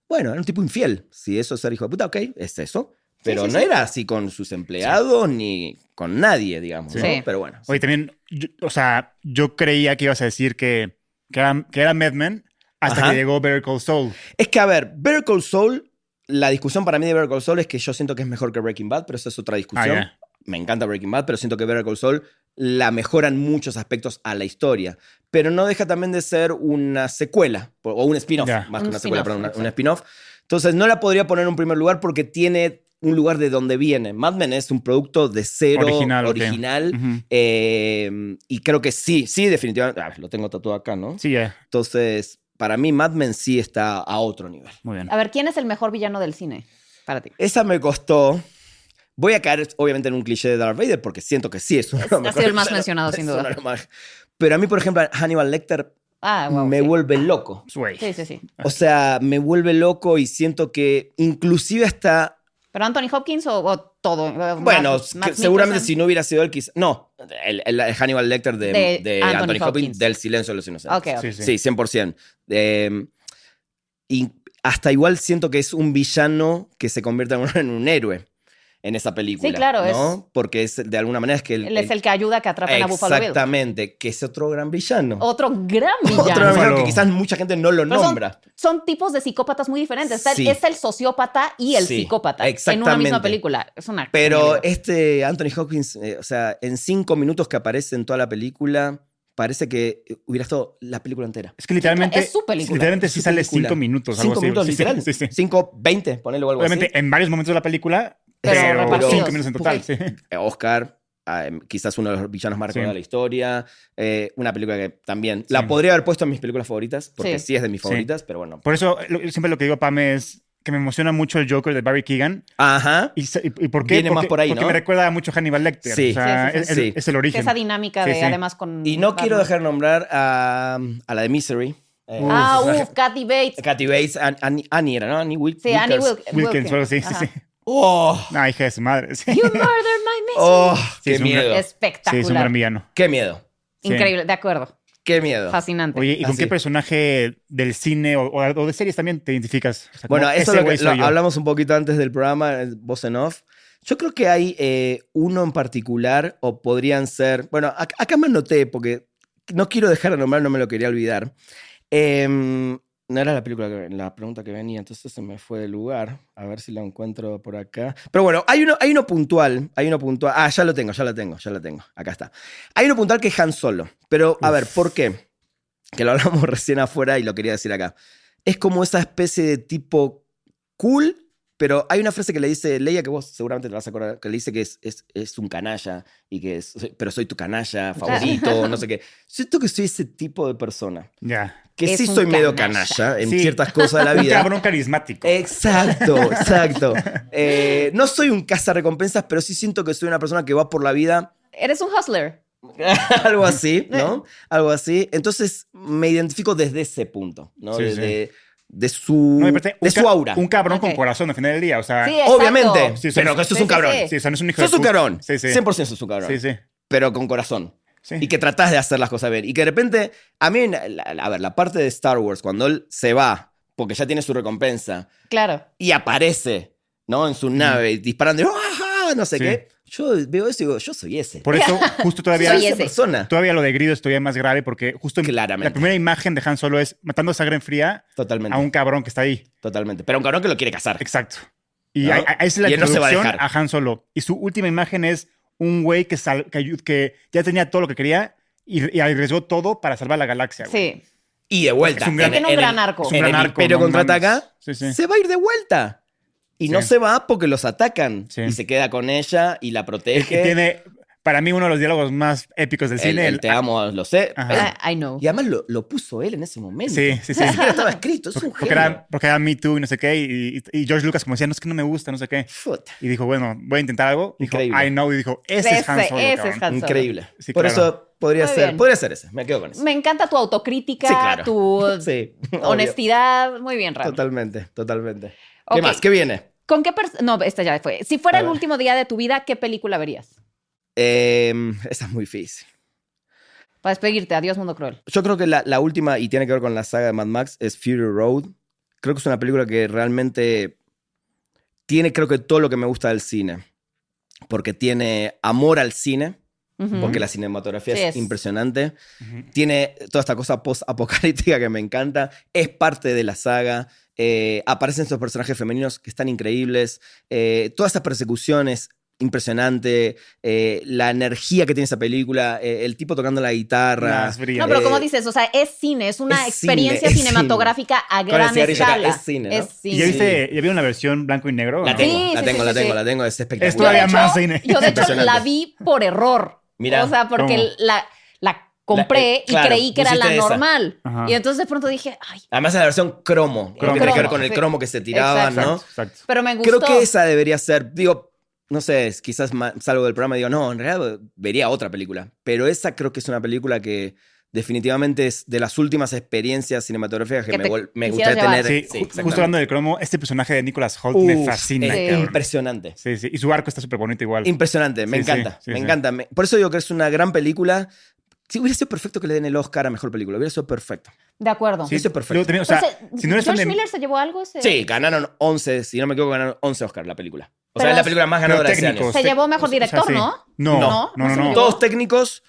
Bueno, era un tipo infiel. Si eso es ser hijo de puta, ok, es eso. Pero
Sí, sí,
no
sí.
era así con sus empleados ni con nadie, digamos.
Sí.
¿no?
Sí.
Pero bueno.
Oye, también, yo- o sea, yo creía que ibas a decir que, que era, que era Mad Men hasta
Ajá.
que llegó Better Call Saul.
Es que, a ver, Better Call Saul, la discusión para mí de Better Call Saul es que yo siento que es mejor que Breaking Bad, pero esa es otra
Ah,
discusión.
ya.
Me encanta Breaking Bad, pero siento que Better Call Saul la mejora en muchos aspectos a la historia. Pero no deja también de ser una secuela, po- o un spin-off,
Ya.
más
Un
que una secuela,
spin-off,
perdón, una-
exacto.
un spin-off. Entonces, no la podría poner en un primer lugar porque tiene un lugar de donde viene. Mad Men es un producto de cero,
Original,
original.
ok. Ujú.
eh, y creo que sí, sí, definitivamente. Ah, lo tengo tatuado acá, ¿no?
Sí, ya.
Entonces, para mí Mad Men sí está a otro nivel.
Muy bien.
A ver, ¿quién es el mejor villano del cine para ti?
Esa me costó. Voy a caer, obviamente, en un cliché de Darth Vader porque siento que sí es uno de los
Ha
mejores
sido el más
villanos.
mencionado, sin
Es uno
duda.
de los más- Pero a mí, por ejemplo, Hannibal Lecter
Ah, wow,
me
sí. Ah.
vuelve loco.
Güey.
Sí, sí, sí.
O sea, me vuelve loco y siento que inclusive hasta...
¿Pero Anthony Hopkins o, o todo? Eh, Matt-
Bueno,
Matt
que
Mikkelsen.
seguramente si no hubiera sido él, quizá... No, el, el- el Hannibal Lecter de,
De
de
Anthony
Anthony, Hopkins,
Hopkins.
del Silencio de los Inocentes.
Ok, ok.
Sí, sí.
Sí, 100%. Eh, y hasta igual siento que es un villano que se convierte en un, en un héroe. en esa película.
Sí, claro,
¿no? Porque es, de alguna manera es que... El,
Él es el que ayuda que atrapen a Buffalo Bill.
Exactamente, que es otro gran villano.
Otro gran
Otro
villano.
gran villano que
Buffalo.
quizás mucha gente no lo
Pero son-
nombra.
Son, tipos de psicópatas muy diferentes. Está, el-
Sí.
está el sociópata y el
Sí,
psicópata en una misma
exactamente.
película. Es una
Pero
genialidad.
este Anthony Hopkins, eh, o sea, en cinco minutos que aparece en toda la película, parece que hubiera estado la película entera.
Es que literalmente.
Es su película.
Literalmente
Es
sí
su
sale
película.
cinco minutos. Pues algo
Cinco
así.
minutos,
Sí, sí,
literal.
sí, sí.
Cinco, veinte, ponele o algo
Obviamente,
así.
en varios momentos de la película,
Pero
pero,
repartidos.
cinco minutos en total.
Porque-
sí.
Eh, Oscar, ah, em, quizás uno de los villanos más
Sí.
recordados de la historia. eh, una película que también
Sí.
la podría haber puesto en mis películas favoritas, porque
Sí.
sí, es de mis
Sí.
favoritas, pero bueno.
Por eso, lo- siempre lo que digo a Pam es que me emociona mucho el Joker de Barry Keegan.
Ajá.
¿Y, se- y- y por qué?
Viene más
porque,
por ahí,
porque
¿no?
me recuerda mucho a Hannibal Lecter.
Sí.
O sea,
Sí, sí, sí.
es, es-
Sí.
es el
Que
origen.
esa dinámica
Sí,
de
sí.
además con.
Y no
Batman.
quiero dejar nombrar a, a la de Misery. eh,
Uf.
Ah, uff, Kathy Bates.
Kathy Bates, An- Annie, Annie era, ¿no? Annie Wil-
Sí, Annie
Wilkers.
Wil-
Wilkins, o algo así.
Ajá.
Sí, sí.
¡Oh!
Ah, hija de su madre. Sí,
You murdered my mistress.
¡Oh!
Sí,
¡Qué
es un gran-
miedo!
Sí,
Espectacular.
es un gran villano.
¡Qué miedo!
Sí.
Increíble, de acuerdo.
¡Qué miedo!
Fascinante.
Oye, ¿y con
Así.
qué personaje del cine o, o- o de series también te identificas? O sea, como,
Bueno, eso
ese
lo, que-
güey
lo
soy yo.
hablamos un poquito antes del programa, el Voz en Off. Yo creo que hay eh, uno en particular, o podrían ser. Bueno, ac- acá me anoté porque no quiero dejar de nombrar, no me lo quería olvidar. Em, no era la película, que- la pregunta que venía, entonces se me fue del lugar. A ver si la encuentro por acá. Pero bueno, hay uno, hay uno puntual, hay uno puntual. Ah, ya lo tengo, ya lo tengo, ya lo tengo. Acá está. Hay uno puntual que es Han Solo. Pero, a ver, ¿por qué? Que lo hablamos recién afuera y lo quería decir acá. Es como esa especie de tipo cool, pero hay una frase que le dice Leia, que vos seguramente te vas a acordar, que le dice que es, es, es un canalla y que es, pero soy tu canalla favorito, no sé qué. Siento que soy ese tipo de persona.
Ya.
Que
Es
sí
un
soy medio
canalla.
canalla en
Sí.
ciertas cosas de la
Un
vida.
cabrón carismático.
Eh, Exacto, exacto. Eh, no soy un cazarrecompensas, pero sí siento que soy una persona que va por la vida,
Eres un hustler.
algo así, ¿no? Algo así. Entonces me identifico desde ese punto, ¿no?
Sí,
desde, De su,
No, y aparte,
de
un
su
ca-
aura.
Un cabrón
Ok.
con corazón al final del día. O sea,
Sí, exacto.
Obviamente,
Sí, sí,
pero que sos
sí,
un
sí,
cabrón.
sí.
sí, o sea, no es un hijo de
Sos un
puta.
cabrón.
Sí, sí.
100% sos un cabrón.
Sí, sí.
Pero con corazón.
sí.
Y que tratás de hacer las cosas bien. Y que de repente, a mí, la- la- a ver, la parte de Star Wars, cuando él se va, porque ya tiene su recompensa,
Claro.
y aparece, ¿no? En su nave, disparando, ¡ah! no sé
Sí.
qué. Yo veo eso y digo, yo soy ese.
Por eso, justo todavía,
soy
Soy
esa
ese.
persona.
todavía lo de Grido es todavía más grave porque justo en-
Claramente.
la primera imagen de Han Solo es matando a sangre en fría
Totalmente,
a un cabrón que está ahí.
totalmente. Pero un cabrón que lo quiere casar.
Exacto. Y
¿No?
ahí ahí es la
Y él no se va a
introducción
dejar.
a, Han Solo. Y su última imagen es un güey que, sal- que, ayu- que ya tenía todo lo que quería y, y arriesgó todo para salvar la galaxia. güey.
Sí.
Y de vuelta.
Es un gran-
Tiene un
en el-
gran arco.
Es un
en
gran
el
arco.
Imperio contraataca,
mames. Sí, sí.
Se va a ir de vuelta. Y no
Sí.
se va porque los atacan.
Sí.
Y se queda con ella y la
El
protege.
que tiene, para mí, uno de los diálogos más épicos del
el,
cine.
el
el-
te amo, lo sé.
Ajá.
Es-
Ah, I, I know.
Y además lo, lo puso él en ese momento.
Sí, sí, sí.
Ni siquiera estaba escrito. Es
Porque,
un
porque
genio.
era, porque era Me Too y no sé qué. Y, y- y George Lucas, como decía, no es que no me gusta, no sé qué.
Puta,
Y dijo, bueno, voy a intentar algo. Dijo,
Increíble.
I know. Y dijo, ese, es Han
Ese-
Solo.
ese es
cabrón.
Han Solo.
Increíble.
Sí,
Por
claro.
eso podría
Muy
ser,
bien.
podría ser ese. Me quedo con eso.
Me encanta tu autocrítica,
Sí, claro.
tu
Sí, obvio.
honestidad. Muy bien, Ram.
Totalmente, totalmente. ¿Qué
Ok.
más? ¿Qué viene?
¿Con qué persona? No, esta ya fue. Si fuera
A
el
ver.
último día de tu vida, ¿qué película verías?
Eh, esa es muy difícil.
Para despedirte, adiós, mundo cruel.
Yo creo que la, la última, y tiene que ver con la saga de Mad Max, es Fury Road. Creo que es una película que realmente tiene, creo que todo lo que me gusta del cine. Porque tiene amor al cine,
Ujú.
porque la cinematografía
Sí,
es,
es.
impresionante.
Ujú.
Tiene toda esta cosa post-apocalíptica que me encanta. Es parte de la saga. Eh, aparecen estos personajes femeninos que están increíbles. Eh, todas esas persecuciones, impresionante. Eh, la energía que tiene esa película. eh, el tipo tocando la guitarra.
Nah, es brillante.
No, pero como
Eh,
dices, o sea, es cine, es una
es
experiencia
cine, es
cinematográfica a
Con el
gran
cigarrillo acá,
escala.
es cine, ¿no?
Es
¿Y ya
cine.
Sí.
viste, ya vieron la versión blanco y negro?
La
¿no?
tengo,
Sí,
la
sí,
tengo,
sí,
la
sí,
tengo,
sí.
la tengo, es
Es
espectacular.
todavía
Yo, de
más
hecho,
cine.
Yo, de hecho,
Impresionante.
la vi por error.
Mirá.
o sea, porque
¿Cómo?
la, la compré
La- eh, claro,
y creí que era la
pusiste esa.
normal.
Ajá.
Y entonces de pronto dije, ay,
Además, es la versión
Cromo.
cromo, que tiene que ver con el
Cromo,
cromo que se tiraba,
Exacto.
¿no?
Exacto, exacto.
pero me gustó.
Creo que esa debería ser, digo, no sé, es- quizás ma- salgo del programa y digo, no, en realidad vería otra película, pero esa creo que es una película que definitivamente es de las últimas experiencias cinematográficas que,
Que
me,
te
vol- me
quisieras
gustaría tener.
llevar.
Sí, ju- justo hablando del cromo, este personaje de Nicolas Holt
exactamente.
me
Uf,
fascina.
es
cabrón.
impresionante.
Sí, sí. Y su arco está súper bonito igual.
Impresionante, me
Sí, sí,
encanta,
sí,
me
sí.
encanta. Me- Por eso digo que es una gran película Sí, hubiera sido perfecto que le den el Oscar a mejor película. Hubiera sido perfecto.
De acuerdo.
Sí, eso es perfecto.
Luego tenía- o sea,
eh,
Entonces,
si no eres fan
¿George
de-
Miller se llevó algo? Se,
em- Sí, ganaron 11, si no me equivoco, ganaron 11 Oscar la película. O
Pero
sea, es la
es-
película más
pero
ganadora de ese año.
técnicos,
Se
te-
llevó mejor
o sea,
director,
sí.
¿no?
No,
No,
no,
no
no.
se
no.
llevó.
Todos técnicos.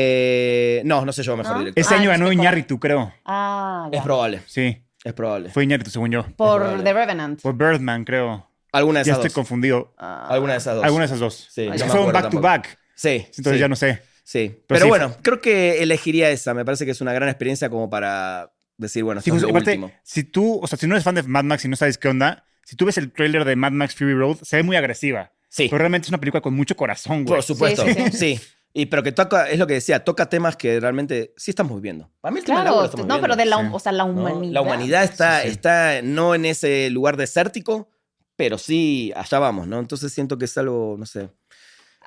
eh, no, no se llevó mejor
¿No?
director.
Ese
Ah,
año
no
ganó
sé cómo.
Iñárritu, creo.
Ah, ya.
Es probable,
Sí,
es probable.
fue Iñárritu, según yo.
Por
probable.
The Revenant.
Por Birdman, creo.
Alguna de
Ya
esas
estoy
dos.
confundido.
Ah.
Alguna de esas dos.
Alguna de esas dos.
Sí,
Es que
no me
fueron
acuerdo
back to
tampoco.
back.
Sí,
Entonces
sí,
ya no sé.
sí. Pero,
sí.
bueno, creo que elegiría esa. Me parece que es una gran experiencia como para decir, bueno,
Sí,
esto es
justo,
lo
aparte,
último.
si tú, o sea, si no eres fan de Mad Max y no sabes qué onda, si tú ves el tráiler de Mad Max Fury Road, se ve muy agresiva.
Sí, Pues,
Pero realmente es una película con mucho corazón, güey.
por supuesto.
Sí,
Sí,
sí,
Y, pero que toca, es lo que decía, toca temas que realmente sí estamos viviendo. Para mí el tema del agua lo
Claro,
estamos
no,
viviendo.
pero de la,
sí.
o sea, la
¿no?
humanidad.
La humanidad está,
Sí, sí.
está no en ese lugar desértico, pero sí allá vamos, ¿no? Entonces siento que es algo, no sé.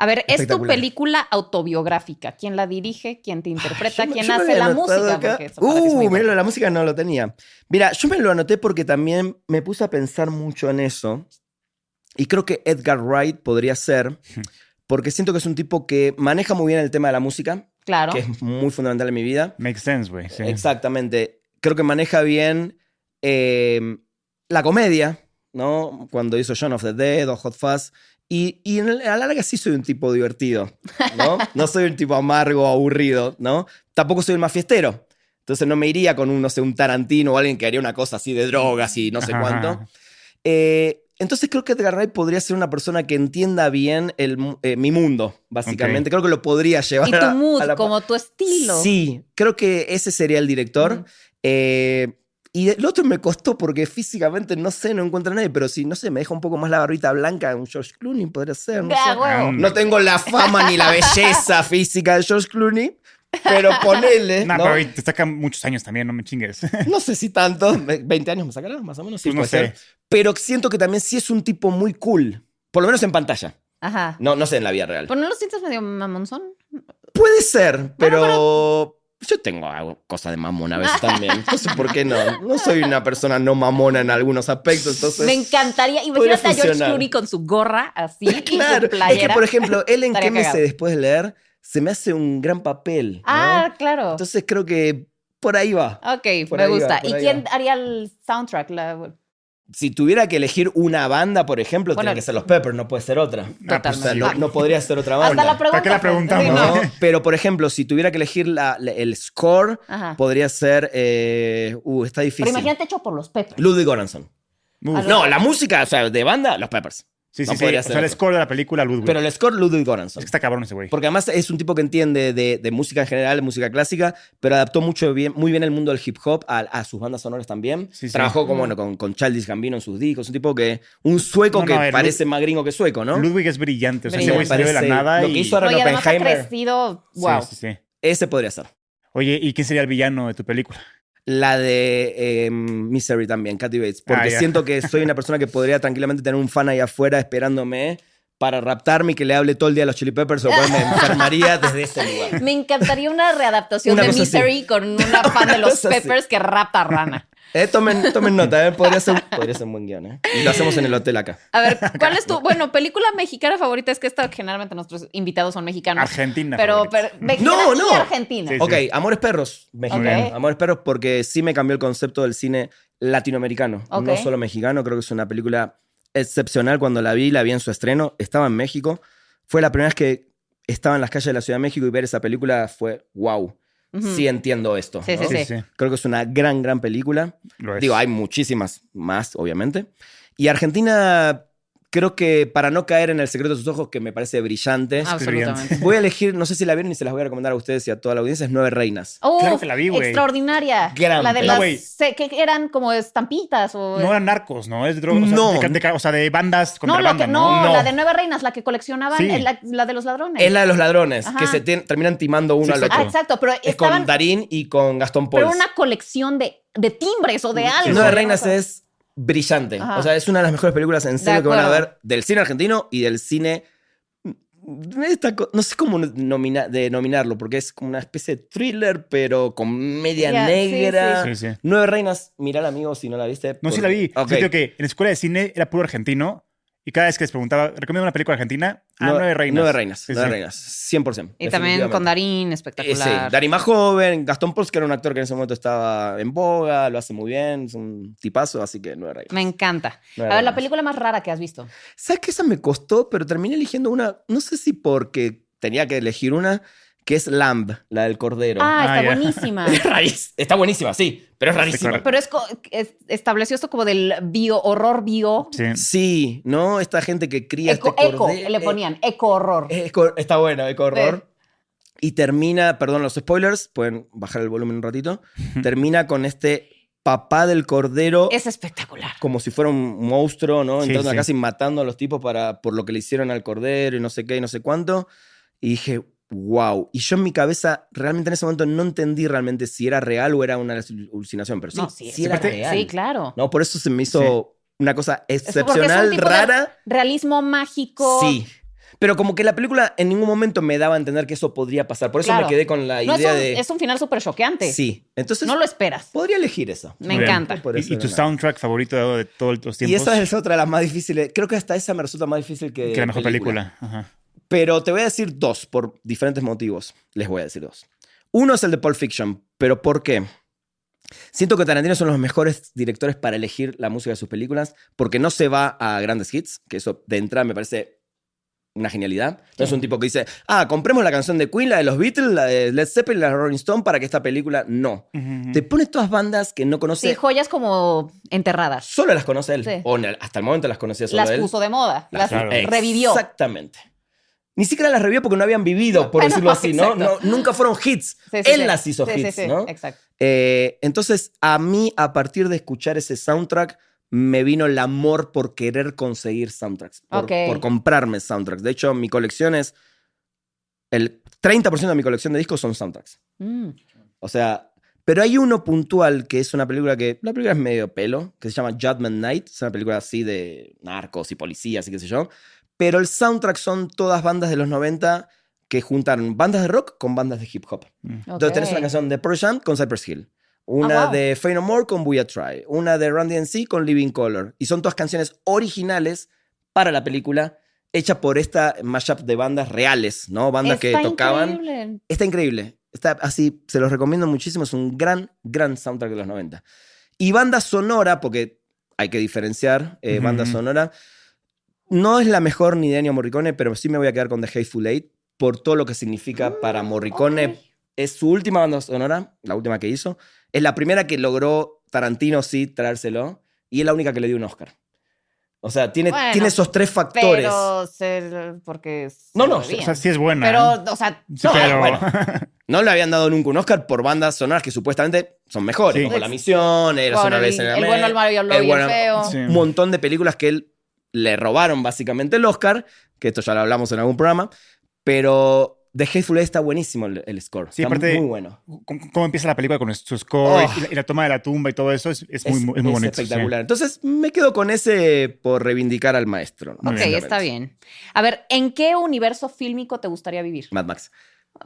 A ver, es tu
Espectacular.
película autobiográfica. ¿Quién la dirige? ¿Quién te interpreta?
Yo me-
¿Quién
yo me
hace
había
la
anotado
música?
acá.
Porque eso para ti es muy
Uh, mira,
importante.
lo de la música no lo tenía. Mira, yo me lo anoté porque también me puse a pensar mucho en eso. Y creo que Edgar Wright podría ser, porque siento que es un tipo que maneja muy bien el tema de la música,
Claro.
que es muy fundamental en mi vida.
Makes sense, güey. sí.
Exactamente. Creo que maneja bien eh, la comedia, ¿no? Cuando hizo Shaun of the Dead o Hot Fuzz. Y, y en el- a la larga sí soy un tipo divertido, ¿no? No soy un tipo amargo, aburrido, ¿no? Tampoco soy el más fiestero. Entonces no me iría con un, no sé, un Tarantino o alguien que haría una cosa así de drogas y no sé
Ajá.
cuánto. Eh, entonces creo que Edgar Wright podría ser una persona que entienda bien el, mu- eh, mi mundo, básicamente. Creo que lo podría llevar
Y tu
a-
mood,
a la-
como tu estilo. Mm.
Sí, creo que ese sería el director.
Ujú.
Eh, y el otro me costó porque físicamente no sé, no encuentro a nadie, pero si no sé, me deja un poco más la barbita blanca, un George Clooney podría ser. No, sé.
Ah, huevo.
Mm.
No tengo la fama ni la belleza física de George Clooney, pero ponele.
Nah,
¿no?
pero te sacan muchos años también, no pues, me chingues.
No sé si tanto, ve- 20 años me sacará, más o menos. Sí,
Pues no
puede ser. Pero siento que también sí es un tipo muy cool, por lo menos en pantalla.
Ajá.
No, no sé en la vida real.
¿Pero no lo sientes medio mamonzón?
Puede ser, pero, yo tengo algo- cosa de mamón a veces también. Entonces, ¿por qué no? No soy una persona no mamona en algunos aspectos, entonces...
Me encantaría.
Pues, podría
Imagínate a George
funcionar.
Clooney con su gorra así y
claro,
su playera.
es que por ejemplo, él en
Estaría
qué me
cagado.
sé después de leer, se me hace un gran papel. ¿no?
ah, claro.
Entonces creo que por ahí va.
ok,
por
me
ahí va,
gusta.
por
¿Y
ahí
quién
va.
haría el soundtrack? La-
Si tuviera que elegir una banda, por ejemplo,
Bueno,
tiene que ser los Peppers, no puede ser otra.
Ah, pues,
O sea,
Totalmente.
no, no podría ser otra
Hasta
banda.
la pregunta.
¿Para qué la
pues,
preguntamos?
sí,
pregunta,
¿no? Pero por ejemplo, si tuviera que elegir la- la- el score,
Ajá.
podría ser... eh, uh, está
Pero
difícil.
imagínate hecho por los Peppers.
Ludwig Göransson.
Uf.
No, la música, o sea, de banda, los Peppers.
Sí, sí,
no
sí.
podría
O
ser
sea, el
otro.
score de la película, Ludwig.
Pero el score, Ludwig
Es
Göransson.
que está cabrón ese güey.
Porque además es un tipo que entiende de, de música en general, de música clásica, pero adaptó mucho bien, muy bien el mundo del hip hop a, a sus bandas sonoras también.
Sí, sí.
Trabajó como, bueno, con, con Childish Gambino en sus discos. Un tipo que, un sueco
No,
que
no, el
parece más gringo que sueco, ¿no?
Ludwig es brillante. O sea, ese
Brillante.
güey salió de la
Parece-
nada
lo
y...
que hizo
No, y además ha
Oppenheimer.
crecido.
Sí,
Wow.
sí, sí.
Ese podría ser.
Oye, ¿y quién sería el villano de tu película?
La de eh, Misery también, Kathy Bates. Porque
Ah, ya.
siento que soy una persona que podría tranquilamente tener un fan ahí afuera esperándome para raptarme y que le hable todo el día a los Chili Peppers, o cual me enfermaría desde ese lugar.
Me encantaría una readaptación
Una
de
cosa así.
Misery con una fan de los
cosa así.
Peppers que rapa rana.
Eh, tomen, tomen nota, eh, podría, ser, podría ser un buen guión. eh. Y lo hacemos en el hotel acá.
A ver, ¿cuál es tu, bueno, película mexicana favorita? Es que esta, generalmente nuestros invitados son mexicanos.
Argentina.
Ah, Pero,
favorita.
pero mexicana
No,
y
no.
Argentina.
Sí, sí.
Ok, Amores Perros, mexicano.
Muy bien.
Amores Perros porque sí me cambió el concepto del cine latinoamericano,
Ok.
no solo mexicano. Creo que es una película excepcional. Cuando la vi, la vi en su estreno, estaba en México. Fue la primera vez que estaba en las calles de la Ciudad de México y ver esa película fue wow.
Ujú.
Sí entiendo esto.
Sí,
¿no?
sí, sí.
Creo que es una gran, gran película.
Lo es.
Digo, hay muchísimas más, obviamente. Y Argentina, creo que para no caer en el secreto de sus ojos, que me parece brillante,
Absolutamente.
voy a elegir, no sé si la vieron y se las voy a recomendar a ustedes y a toda la audiencia, es Nueve Reinas.
Oh,
Claro que la vi, güey.
Extraordinaria.
Gran
la de
película.
las
güey.
se- que eran como estampitas o
No eran narcos, ¿no? Es droga. o sea,
No.
de ca- de ca- o sea, de bandas contra
Pues, No, la
banda,
que no,
¿no?
la
No.
de Nueve Reinas, la que coleccionaban,
Sí.
eh, la, la de los ladrones.
Es la de los ladrones,
Ajá.
que se te- terminan timando uno
Sí,
al
exacto.
otro.
ah, exacto, pero
Es
estaban
con Darín y con Gastón Pols.
pero una colección de, de timbres o de algo.
Nueve
Yo no
Reinas
sé.
es brillante.
Ajá.
O sea, es una de las mejores películas en serio que van a
acuerdo.
ver del cine argentino y del cine. esta co- no sé cómo nomina- denominarlo, porque es como una especie de thriller, pero comedia
Ya, sí,
negra.
Sí, sí.
Nueve Reinas, mirala, amigo, si no la viste.
No, sí
porque-
la vi.
Ok.
Sí, creo que en la escuela de cine era puro argentino Y cada vez que les preguntaba, ¿recomienda una película argentina? Ah,
Nueve-
Nueve Reinas.
Nueve reinas,
Sí,
nueve
sí.
reinas, 100%.
Y también con
definitivamente.
Darín,
Eh,
espectacular.
sí, Darín más joven, Gastón Pols, que era un actor que en ese momento estaba en boga, lo hace muy bien, es un tipazo, así que nueve reinas.
Me encanta.
Nueve
A ver, la
reinas.
película más rara que has visto.
¿Sabes que esa me costó? Pero terminé eligiendo una, no sé si porque tenía que elegir una, que es Lamb, la del cordero.
Ah, está
Ah, ya.
buenísima.
Es rarísima. Está buenísima, sí, pero es rarísima.
correcto.
Pero es, co- es- estableció esto como del bio, horror bio.
Sí.
Sí, ¿no? Esta gente que cría
Eco,
este
eco,
cordero.
le ponían, eco horror.
Eh, es cor- está bueno, eco horror. Y termina, perdón los spoilers, pueden bajar el volumen un ratito. Termina con este papá del cordero.
Es espectacular.
como si fuera un monstruo, ¿no?
Sí,
Entrando a
sí.
la casa y matando a los tipos para, por lo que le hicieron al cordero y no sé qué y no sé cuánto. Y dije, wow. Y yo en mi cabeza, realmente en ese momento no entendí realmente si era real o era una alucinación, pero sí,
No,
sí,
sí,
era
aparte-
real.
Sí, claro.
No, por eso se me hizo una cosa
que porque es un
excepcional,
tipo de-
rara.
Realismo mágico.
Sí. Pero como que la película en ningún momento me daba a entender que eso podría pasar. Por eso
Claro.
me quedé con la
No, es,
idea
un,
de...
es un final súper choqueante.
Sí. Entonces,
No lo esperas.
podría elegir eso.
Me
Muy bien.
encanta.
Por eso
¿Y, y tu
era-
soundtrack favorito de todos los
Y
tiempos?
esa es otra de las más difíciles. Creo que hasta esa me resulta más difícil que.
Que la mejor película. Ajá.
Pero te voy a decir dos por diferentes motivos. Les voy a decir dos. Uno es el de Pulp Fiction, pero ¿por qué? Siento que Tarantino son los mejores directores para elegir la música de sus películas porque no se va a grandes hits, que eso de entrada me parece una genialidad. No es un tipo que dice, ah, compremos la canción de Queen, la de los Beatles, la de Led Zeppelin, la de Rolling Stone para que esta película no.
Ujú.
Te pone todas bandas que no conoce,
Sí, joyas como enterradas.
solo las conoce él.
Sí.
O en el- hasta el momento las conocía solo
Las
él. Ah,
puso de moda. Las
claro.
revivió.
Eh, Exactamente. Ni siquiera las revivió porque no habían vivido, por
Bueno,
decirlo así, ¿no?
exacto.
No, Nunca fueron hits.
Sí, sí,
Él
sí.
las hizo
Sí, sí,
hits,
sí,
¿no?
Exacto.
Eh, entonces, a mí, a partir de escuchar ese soundtrack, me vino el amor por querer conseguir soundtracks, por,
Ok.
por comprarme soundtracks. De hecho, mi colección es. El 30% de mi colección de discos son soundtracks.
Mm.
O sea, pero hay uno puntual que es una película que. La película es medio pelo, que se llama Judgment Night. Es una película así de narcos y policías y qué sé yo. Pero el soundtrack son todas bandas de los 90 que juntan bandas de rock con bandas de hip hop. Entonces tenés
Ok.
una canción de Pearl Jam con Cypress Hill. Una
Ah, wow.
de Faith No More con Buya Try. Una de Randy NC con Living Color. Y son todas canciones originales para la película, hechas por esta mashup de bandas reales, ¿no? Bandas
Está
que tocaban.
increíble.
Está increíble. Está así, se los recomiendo muchísimo. Es un gran, gran soundtrack de los 90. Y banda sonora, porque hay que diferenciar eh,
Ujú.
banda sonora. No es la mejor ni de Ennio Morricone, pero sí me voy a quedar con The Hateful Eight por todo lo que significa para Morricone.
Mm, Ok.
Es su última banda sonora, la última que hizo. Es la primera que logró Tarantino sí traérselo y es la única que le dio un Oscar. O sea, tiene,
Bueno,
tiene esos tres factores.
Pero se- porque se
No, no,
lo
O
debían.
sea, sí es buena. ¿eh?
pero, o sea,
Sí,
no,
pero-
bueno. No le habían dado nunca un Oscar por bandas sonoras que supuestamente son mejores,
Sí.
como La Misión, Eras
con
una
el,
vez en
el bueno, el malo y el,
el
lobo y el
bueno-
feo.
Sí.
Un montón de películas que él le robaron básicamente el Oscar, que esto ya lo hablamos en algún programa, pero The Hateful Eight está buenísimo el, el score.
Sí,
está
aparte-
muy bueno.
¿Cómo, cómo empieza la película con su score
Oh.
y, la, y la toma de la tumba y todo eso? Es, es muy,
es,
muy- es muy
es
bonito. sí.
espectacular. Entonces me quedo con ese por reivindicar al maestro.
Muy
Ok,
bien.
está bien. A ver, ¿en qué universo fílmico te gustaría vivir?
Mad Max.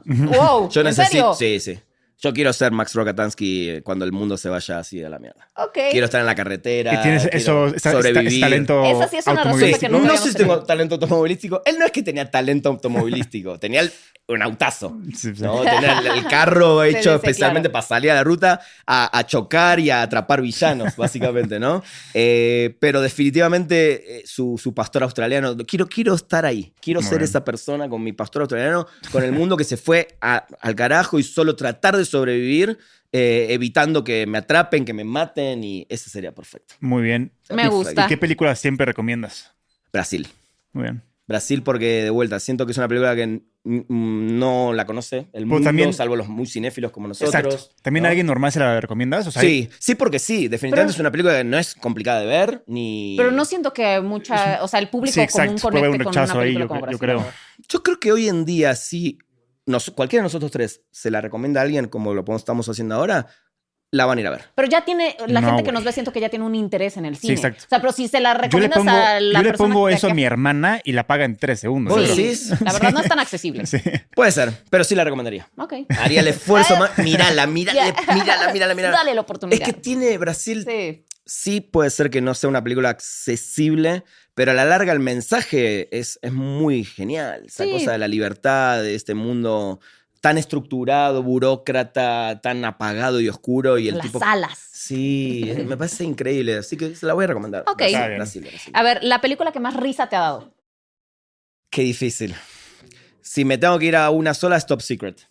wow,
Yo
¿en
necesito...
serio?
Sí, sí. Yo quiero ser Max Rokatansky eh, cuando el mundo se vaya así a la mierda.
Ok.
Quiero estar en la carretera.
Y tienes
quiero
eso, esta- esta-
sobrevivir.
es talento
Esa sí es una
Sí,
automovilístico.
que nunca
no
habíamos
sé si tengo
tenido.
talento automovilístico. Él no es que tenía talento automovilístico, tenía el- un autazo.
Sí, sí.
¿no? Tenía el, el carro
Sí, sí,
hecho
sí,
especialmente
claro.
para salir a la ruta a, a chocar y a atrapar villanos, básicamente, ¿no? Eh, pero definitivamente eh, su, su pastor australiano, quiero, quiero estar ahí, quiero
Muy
ser
bien.
esa persona con mi pastor australiano, con el mundo que se fue a- al carajo y solo tratar de sobrevivir, eh, evitando que me atrapen, que me maten y ese sería perfecto.
Muy bien.
Me gusta.
¿Y qué película siempre recomiendas?
Brasil.
Muy bien.
Brasil porque de vuelta siento que es una película que n- n- no la conoce el mundo
también-
salvo los muy cinéfilos como nosotros
Exacto. Pues ¿También
¿no?
alguien normal se la recomiendas? O sea,
sí sí porque sí definitivamente
Pero-
es una película que no es complicada de ver ni
Pero no siento que mucha, o sea, el público
Sí,
común
exacto. Puede
conecte
haber un
con una
rechazo ahí,
película
yo,
como
cre- yo
Brasil.
creo.
yo creo que hoy en día si nos, cualquiera de nosotros tres se la recomienda a alguien como lo podemos- estamos haciendo ahora la van a ir a ver
Pero ya tiene, la
No,
gente que
güey.
nos ve siento que ya tiene un interés en el
Sí,
cine.
exacto.
O sea, pero si se la
Yo le
recomiendas
pongo,
a la
yo le
persona
pongo
que- Pues
eso a
que-
mi hermana y la paga en tres segundos.
¿Vos
yo creo.
decís?
La verdad no es tan accesible.
Sí.
puede ser pero sí la recomendaría
Ok.
haría el esfuerzo más mírala mírala
Ya.
mírala mírala mírala
Dale la
es
oportunidad.
que tiene Brasil
Sí.
sí puede ser que no sea una película accesible, pero a la larga el mensaje es, es muy genial. Esa
Sí.
cosa de la libertad, de este mundo tan estructurado, burócrata, tan apagado y oscuro y el
las
tipo...
alas.
Sí, eh, me parece increíble, así que se la voy a recomendar.
Ok.
Está bien.
Brasil, Brasil.
A ver, la película que más risa te ha dado.
Qué difícil. Si me tengo que ir a una sola, es Top Secret.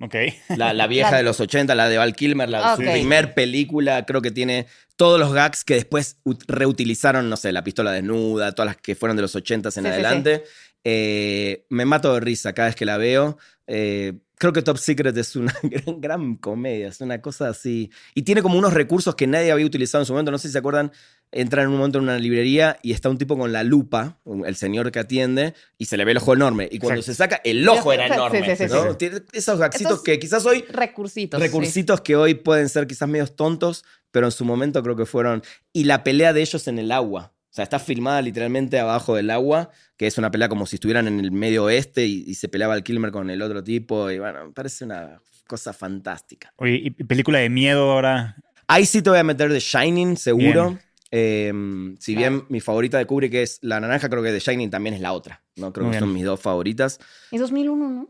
Ok.
La, la vieja
La-
de los 80, la de Val Kilmer, la
Ok.
su primer película, creo que tiene todos los gags que después ut- reutilizaron, no sé, la pistola desnuda, todas las que fueron de los 80 en
Sí, sí,
adelante. Eh, me mato de risa cada vez que la veo. Eh, creo que Top Secret es una gran, gran comedia, es una cosa así. Y tiene como unos recursos que nadie había utilizado en su momento, no sé si se acuerdan. Entra en un momento en una librería y está un tipo con la lupa, un- el señor que atiende, y se le ve el ojo enorme. Y cuando
Exacto.
se saca, el ojo era
Sí, sí,
enorme.
sí, sí,
¿no?
sí.
Tiene Esos gagsitos
Estos-
que quizás hoy
Recursitos. sí.
recursitos que hoy pueden ser quizás medios tontos, pero en su momento creo que fueron. Y la pelea de ellos en el agua. O sea, está filmada literalmente abajo del agua, que es una pelea como si estuvieran en el medio oeste y, y se peleaba el Kilmer con el otro tipo. Y bueno, me parece una cosa fantástica.
Oye, y película de miedo ahora.
Ahí sí te voy a meter The Shining, seguro.
Bien.
Eh, si
Claro.
bien mi favorita de Kubrick es La Naranja, creo que The Shining también es la otra. ¿no? Creo
Muy
que
bien.
son mis dos favoritas.
Es 2001, ¿no?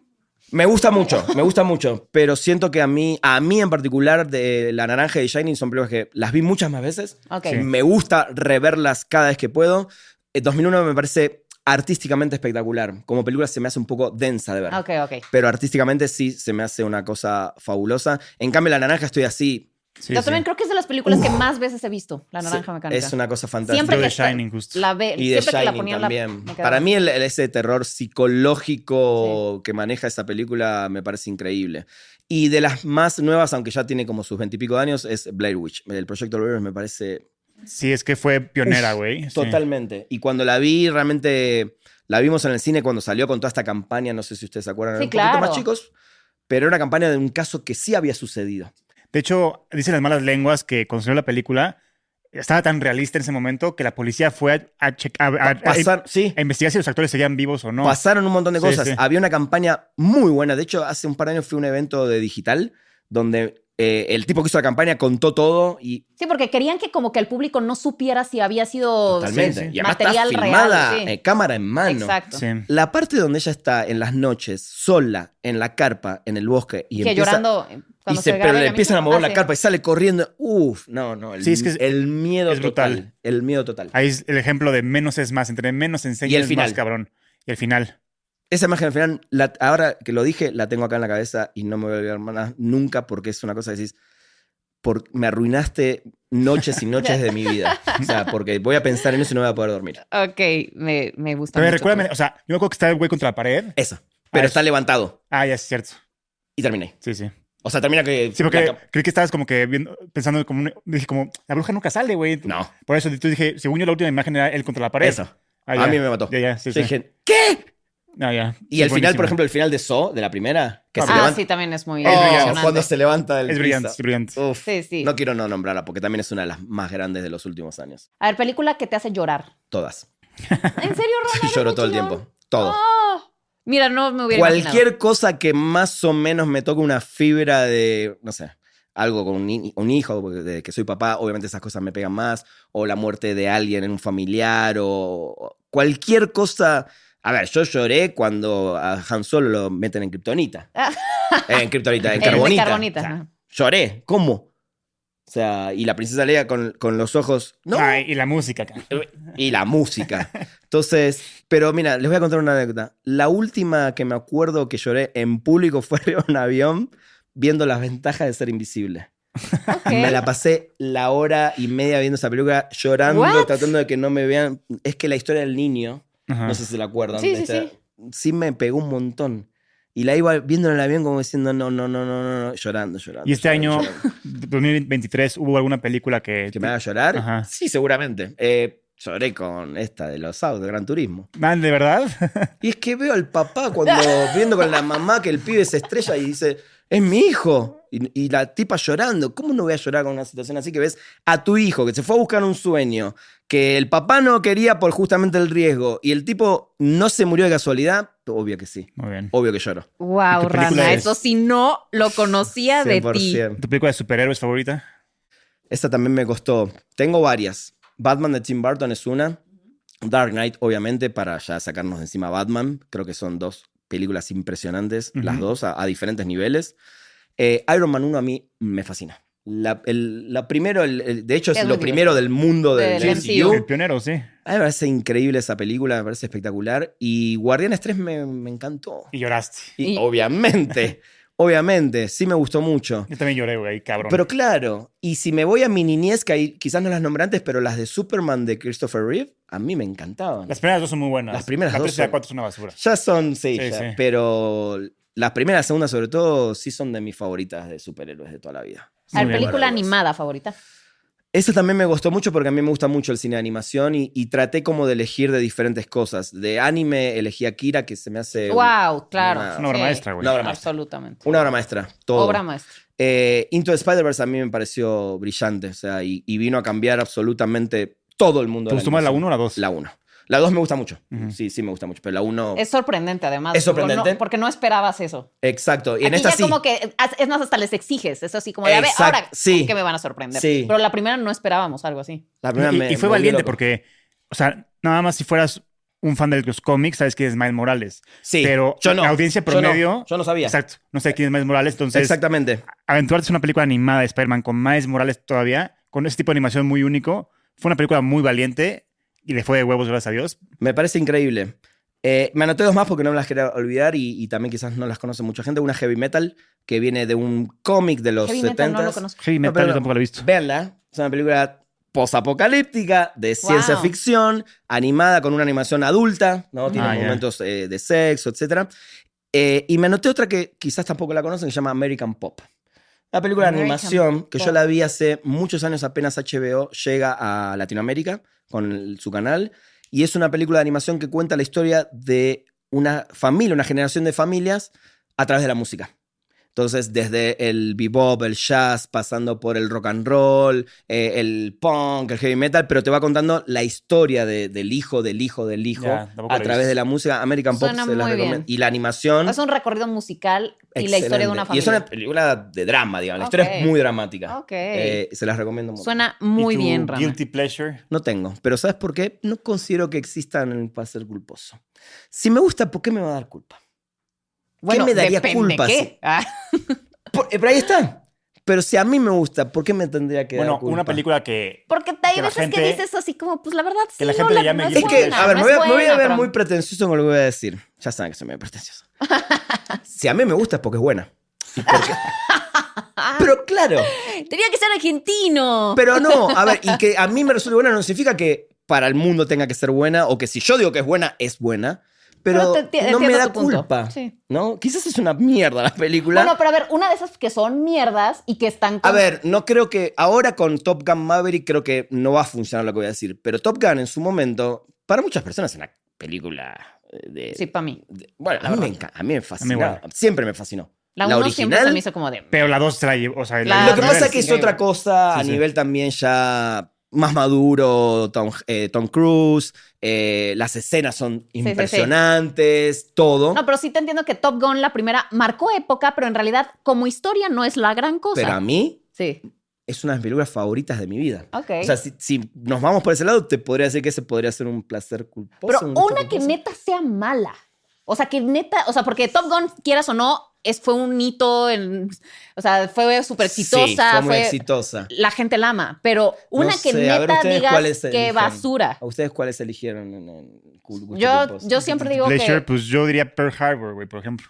Me gusta mucho, me gusta mucho, pero siento que a mí, a mí en particular, de La Naranja y Shining son películas que las vi muchas más veces.
Ok.
Sí.
Me gusta reverlas cada vez que puedo. Eh, 2001 me parece artísticamente espectacular. Como película se me hace un poco densa de ver.
Ok, ok.
Pero artísticamente sí se me hace una cosa fabulosa. En cambio, La Naranja estoy así.
Sí,
Yo
sí.
también creo que es de las películas que más veces he visto, La Naranja
se-
Mecánica.
Es una cosa fantástica.
Siempre
Yo
que
de
está-
Shining, justo.
La ve,
Y de
siempre que la
Shining
ponían la-
también.
me quedaba-
Para mí el, el- ese terror psicológico que maneja esa película me parece increíble. Y de las más nuevas, aunque ya tiene como sus veintipico de años, es Blair Witch. El proyecto Blair Witch me parece
Sí, es que fue pionera, güey. Sí.
totalmente. Y cuando la vi, realmente la vimos en el cine cuando salió con toda esta campaña, no sé si ustedes se acuerdan,
Sí,
eran un poquito
claro.
más chicos, pero era una campaña de un caso que sí había sucedido.
De hecho, dicen las malas lenguas que cuando salió la película, estaba tan realista en ese momento que la policía fue a, a checa- a- a- a-
Pasar- sí.
a investigar si los actores seguían vivos o no.
Pasaron un montón de
Sí,
cosas.
sí.
Había una campaña muy buena. De hecho, hace un par de años fui a un evento de digital donde eh, el tipo que hizo la campaña contó todo y
Sí, porque querían que como que el público no supiera si había sido
totalmente.
sí.
Y además
Material
está
real,
filmada
sí.
eh, cámara en mano.
Exacto.
Sí.
La parte donde ella está en las noches, sola, en la carpa, en el bosque y
que
empieza-
llorando eh,
y
cuando
se-
se
pero
grabe
le
la
empiezan
misma.
a mover
Ah,
la
sí.
carpa y sale corriendo. Uf, no, no. El,
Sí, es que es-
el miedo
es
total.
brutal.
El miedo total.
Ahí es el ejemplo de menos es más. Entre menos enseñas,
Y el
es
final.
más cabrón. Y el final.
Esa imagen al final, la- ahora que lo dije, la tengo acá en la cabeza y no me voy a olvidar más nunca porque es una cosa que decís, por, me arruinaste noches y noches de mi vida. O sea, porque voy a pensar en eso y no voy a poder dormir.
Ok, me, me gusta.
Pero
mucho.
recuérdame, o sea, yo me acuerdo que estaba el güey contra la pared.
Eso. Pero
Ah,
está
es-
levantado
Ah, ya es cierto.
y terminé.
Sí, sí.
O sea, termina que...
Sí, porque
la-
creí que estabas como que viendo- pensando como. un- dije, como, la bruja nunca sale, güey.
No,
Por eso entonces dije, según yo, la última imagen era él contra la pared.
eso.
Ah,
A
ya.
mí me mató.
Ya, ya, sí,
Yo
sí.
dije, ¿qué?
Ah, ya.
Y
Sí,
el final,
buenísimo.
por ejemplo, el final de So, de la primera, que
Ah,
se
Ah,
levanta...
sí, también es muy
Oh,
brillante.
emocionante.
cuando se levanta del
Es brillante,
piso.
es brillante.
Uf.
Sí, sí.
No quiero no nombrarla porque también es una de las más grandes de los últimos años.
A ver, película que te hace llorar.
Todas.
¿En serio, Ronald?
Lloro
¿Eres
todo el
chillón?
tiempo. Todo.
Oh, mira, no me hubiera
Cualquier
imaginado.
cosa que más o menos me toque una fibra de, no sé, algo con un, hi- un hijo, porque desde que soy papá, obviamente esas cosas me pegan más, o la muerte de alguien en un familiar, o o cualquier cosa. A ver, yo lloré cuando a Han Solo lo meten en Kryptonita.
Ah.
Eh, en Kryptonita, en
El de
Carbonita.
Carbonita,
O sea,
ajá.
lloré, ¿cómo? O sea, y la princesa Leia con, con los ojos. No,
Ah, y la música. cara.
y la música. Entonces, pero mira, les voy a contar una anécdota. La última que me acuerdo que lloré en público fue arriba de un avión viendo las ventajas de ser invisible.
Ok.
Me la pasé la hora y media viendo esa película llorando,
What?
tratando de que no me vean. Es que la historia del niño,
Ajá.
no sé si la acuerdan.
Sí,
de
sí,
esta-
sí.
sí me pegó un montón. Y la iba viendo en el avión como diciendo, no, no, no, no, no, no, llorando, llorando.
Y este
llorando,
año,
llorando.
2023, hubo alguna película que.
¿Que me haga llorar?
Ajá.
Sí, seguramente. Eh, lloré con esta de los autos, de Gran Turismo.
Man, ¿de verdad?
Y es que veo al papá cuando viendo con la mamá que el pibe se estrella y dice, es mi hijo. Y, y la tipa llorando. ¿Cómo no voy a llorar con una situación así que ves a tu hijo que se fue a buscar un sueño, que el papá no quería por justamente el riesgo y el tipo no se murió de casualidad? Obvio que sí.
Muy bien.
Obvio que lloro.
¿Y
Wow,
qué película
Rana,
es?
eso sí no lo conocía de ti.
100%.
¿Tu película de superhéroes favorita?
Esta también me costó. Tengo varias. Batman de Tim Burton es una. Dark Knight, obviamente, para ya sacarnos de encima Batman. Creo que son dos películas impresionantes,
Ujú.
las dos, a, a diferentes niveles. Eh, Iron Man 1 a mí me fascina. La, el- la primero, el- el- de hecho, es,
Es muy
lo primero del mundo del,
Del
MCU.
MCU.
El pionero, sí.
A mí me parece increíble esa película, me parece espectacular. Y Guardianes 3 me, me encantó.
Y lloraste.
Y,
Y-
obviamente, obviamente, sí me gustó mucho.
Yo también lloré, güey, cabrón.
Pero claro, y si me voy a mi niñez, que ahí quizás no las nombré antes, pero las de Superman de Christopher Reeve, a mí me encantaban.
las primeras dos son muy buenas.
Las primeras
la
dos
tres y la
son-
cuatro es una basura.
Ya son, sí,
Sí,
ya,
sí.
pero las primeras, las segundas sobre todo, sí son de mis favoritas de superhéroes de toda la vida.
A ver,
Muy bien.
película
Maravillosas.
animada favorita.
Eso también me gustó mucho porque a mí me gusta mucho el cine de animación y, y traté como de elegir de diferentes cosas. De anime elegí Akira, que se me hace
wow, claro.
una-
Es una obra
Sí,
maestra, güey.
una obra maestra.
Absolutamente.
Una obra maestra, todo.
Obra maestra.
Eh, Into the Spider-Verse a mí me pareció brillante, o sea, y, y vino a cambiar absolutamente todo el mundo.
¿Te
de
gustó más la
animación.
uno o la dos?
La 1. La 2 me gusta mucho.
Ujú.
Sí, sí me gusta mucho, pero la 1...
Es sorprendente, además.
Es
digo, no-
sorprendente.
porque no esperabas eso.
Exacto. Y en
Aquí
esta
ya
sí.
como que, es más, hasta les exiges. Es así como de, a ver,
Exact-
ahora,
sí.
¿con qué me van a sorprender?
Sí.
Pero la primera no esperábamos algo así.
La
Y-
primera
y,
me-
y fue
me volvió
valiente
loco.
porque, o sea, nada más si fueras un fan de los cómics, sabes quién es Miles Morales.
Sí,
pero
yo no,
la audiencia
yo no, Yo
promedio-
no, sabía.
Exacto. No sé quién es Miles Morales, entonces
Exactamente.
aventurarte a una película animada de Spider-Man con Miles Morales todavía, con ese tipo de animación muy único, fue una película muy valiente y le fue de huevos, gracias a Dios.
Me parece increíble. Eh, me anoté dos más porque no me las quería olvidar y, y también quizás no las conoce mucha gente. Una heavy metal que viene de un cómic de los
Heavy
70s.
metal, no lo conozco.
Heavy
No,
Metal
pero
yo
no.
tampoco lo he visto.
Véanla. Es una película posapocalíptica, de ciencia
Wow.
ficción, animada con una animación adulta, ¿no? Tiene
Ah, ya.
momentos eh, de sexo, etc. y me anoté otra que quizás tampoco la conocen, que se llama American Pop. Una película de
American
animación que yo
Pop.
la vi hace muchos años, apenas HBO llega a Latinoamérica con el- su canal. Y es una película de animación que cuenta la historia de una familia, una generación de familias a través de la música. Entonces, desde el bebop, el jazz, pasando por el rock and roll, eh, el punk, el heavy metal, pero te va contando la historia de- del hijo, del hijo, del hijo,
Ya, tampoco
a
lo
través
viste.
de la música. American Pop
Suena
se las
muy bien.
recomiendo. Y la animación.
Es un recorrido musical y la historia de una
excelente. Y
familia.
es una película de drama, digamos. La historia es
Ok.
muy dramática.
Ok.
Eh, se las recomiendo mucho.
Suena muy
¿Y tu
bien, Rama.
Guilty Pleasure.
No tengo, pero ¿sabes por qué? No considero que existan para ser culposo. Si me gusta, ¿por qué me va a dar culpa?
Bueno,
me daría
depende
culpa
qué?
si-
Ah,
Por- eh, pero ahí está. Pero si a mí me gusta, ¿por qué me tendría que
Bueno,
dar culpa?
una película que.
Porque hay
Que la
veces que
gente-
dices así como, pues la verdad sí,
la
no,
gente le llame
no
guilty
Es que,
buena,
a ver,
no
me voy,
es
a- me voy a
buena,
ver
pero-
muy pretencioso con lo que voy a decir. Ya saben que soy medio pretencioso. si a mí me gusta es porque es buena. Y porque- pero claro,
Tenía que ser argentino.
pero no. A ver, y que a mí me resulte buena no significa que para el mundo tenga que ser buena o que si yo digo que es buena, es buena. Pero,
Pero te- te-
no me
entiendo
da
tu punto.
culpa.
Sí.
¿No? Quizás es una mierda la película.
Bueno, pero a ver, una de esas que son mierdas y que están con-
A ver, no creo que. Ahora con Top Gun Maverick creo que no va a funcionar lo que voy a decir. Pero Top Gun en su momento, para muchas personas es una película eh, de.
Sí, para mí.
de- bueno, a mí, me enca- a mí me fascinaba.
igual.
Siempre me fascinó.
La, uno siempre se me hizo como de...
Pero la dos se la llevó. O sea,
La
la
Lo que
dos
pasa
es
es que es
increíble.
otra cosa a
Sí, sí.
nivel también ya más maduro, Tom, eh, Tom Cruise, eh, las escenas son
sí.
impresionantes, todo.
No, pero sí te entiendo que Top Gun, la primera, marcó época, pero en realidad como historia no es la gran cosa.
pero a mí
Sí,
es una de mis películas favoritas de mi vida.
ok.
O sea, si, si nos vamos por ese lado, te podría decir que ese podría ser un placer culposo.
pero
un gusto
una que
culposo.
neta sea mala. O sea, que neta, o sea, porque Top Gun, quieras o no, es, fue un hito, en, o sea, fue súper exitosa.
Sí, fue muy
fue-
exitosa.
la gente la ama, pero una
No
que
sé, a ver,
neta
¿ustedes
digas
cuáles
que
eligen?
basura.
¿A ustedes cuáles eligieron en, en cul- gusto
Yo,
culposo?
yo siempre digo
Pleasure,
que
pues yo diría Pearl Harbor, güey, por ejemplo.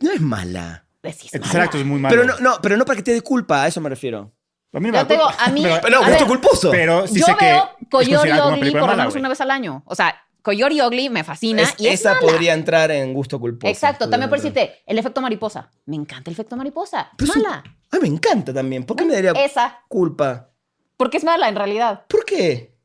No es mala.
Pues sí, es
El tercer
mala.
acto es muy malo.
Pero no, no, pero no para que te dé culpa, a eso me refiero.
A mí no me
Yo
da
te digo,
culpa.
a mí,
Pero-
Pero
a
gusto
ver,
culposo.
Pero sí
yo
sé que.
veo
es
Coyote
considerada como una
Ogly
película
por lo
mala,
menos
güey.
una vez al año. O sea, Coyote Ogly me fascina
Es-
y es
esa
mala.
podría entrar en gusto culposo.
Exacto, también por
podría entrar.
decirte, el efecto mariposa. Me encanta el efecto mariposa.
Pero es un-
mala.
Ay, me encanta también. ¿Por qué me daría
Esa,
culpa?
porque es mala en realidad.
¿Por qué?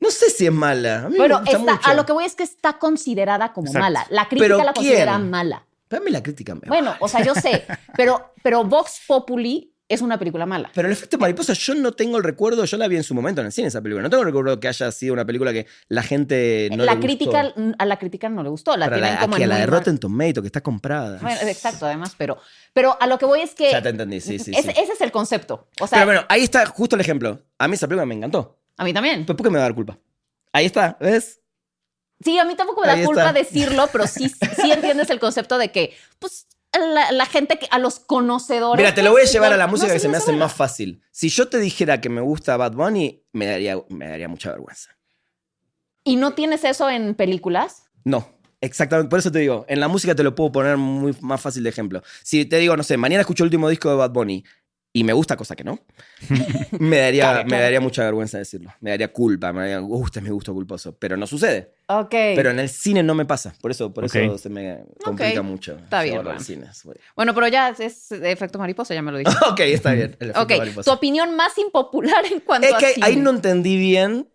No sé si es mala. A mí
Bueno,
me gusta
está,
mucho.
a lo que voy es que está considerada como
Exacto.
mala. La crítica
¿Pero
la considera
quién?
mala.
Dame la crítica. me-
Bueno, o sea, yo sé, pero, pero Vox Populi es una película mala.
Pero el efecto mariposa, yo no tengo el recuerdo, yo la vi en su momento en el cine esa película. No tengo el recuerdo que haya sido una película que la gente no
la
le
crítica,
gustó.
a la crítica no le gustó, la
Para
tienen
la,
como
aquí a
en
la
un-
de Rotten Tomato, que está comprada.
Bueno, exacto, además, pero, pero a lo que voy es que
ya te entendí, sí, sí,
ese,
sí.
ese es el concepto. O sea,
Pero bueno, ahí está justo el ejemplo. A mí esa película me encantó.
a mí también.
¿Pero ¿Por qué me va a dar culpa? Ahí está, ¿ves?
Sí, a mí tampoco me da
Ahí
culpa
está.
decirlo, pero sí, sí entiendes el concepto de que, pues, a la, la gente, que- a los conocedores.
Mira, te lo voy a
pues,
llevar a la
no
música que se me hace
vale.
más fácil. Si yo te dijera que me gusta Bad Bunny, me daría, me daría mucha vergüenza.
¿Y no tienes eso en películas?
No, exactamente. Por eso te digo, en la música te lo puedo poner muy más fácil de ejemplo. Si te digo, no sé, mañana escucho el último disco de Bad Bunny y me gusta, cosa que no, me daría,
Claro,
me
claro.
daría mucha vergüenza decirlo. Me daría culpa, me daría, "Uh, este es mi gusto culposo. Pero no sucede.
Ok.
Pero en el cine no me pasa. Por eso, por eso
Ok.
se me complica
Ok.
mucho.
Está bien,
llevarlo al
Ram.
cine. Bueno.
bueno, pero ya es efecto mariposa, ya me lo dije.
ok, está bien. El efecto
ok,
mariposa.
tu opinión más impopular en cuanto
Es
a
que
cine.
ahí no entendí bien.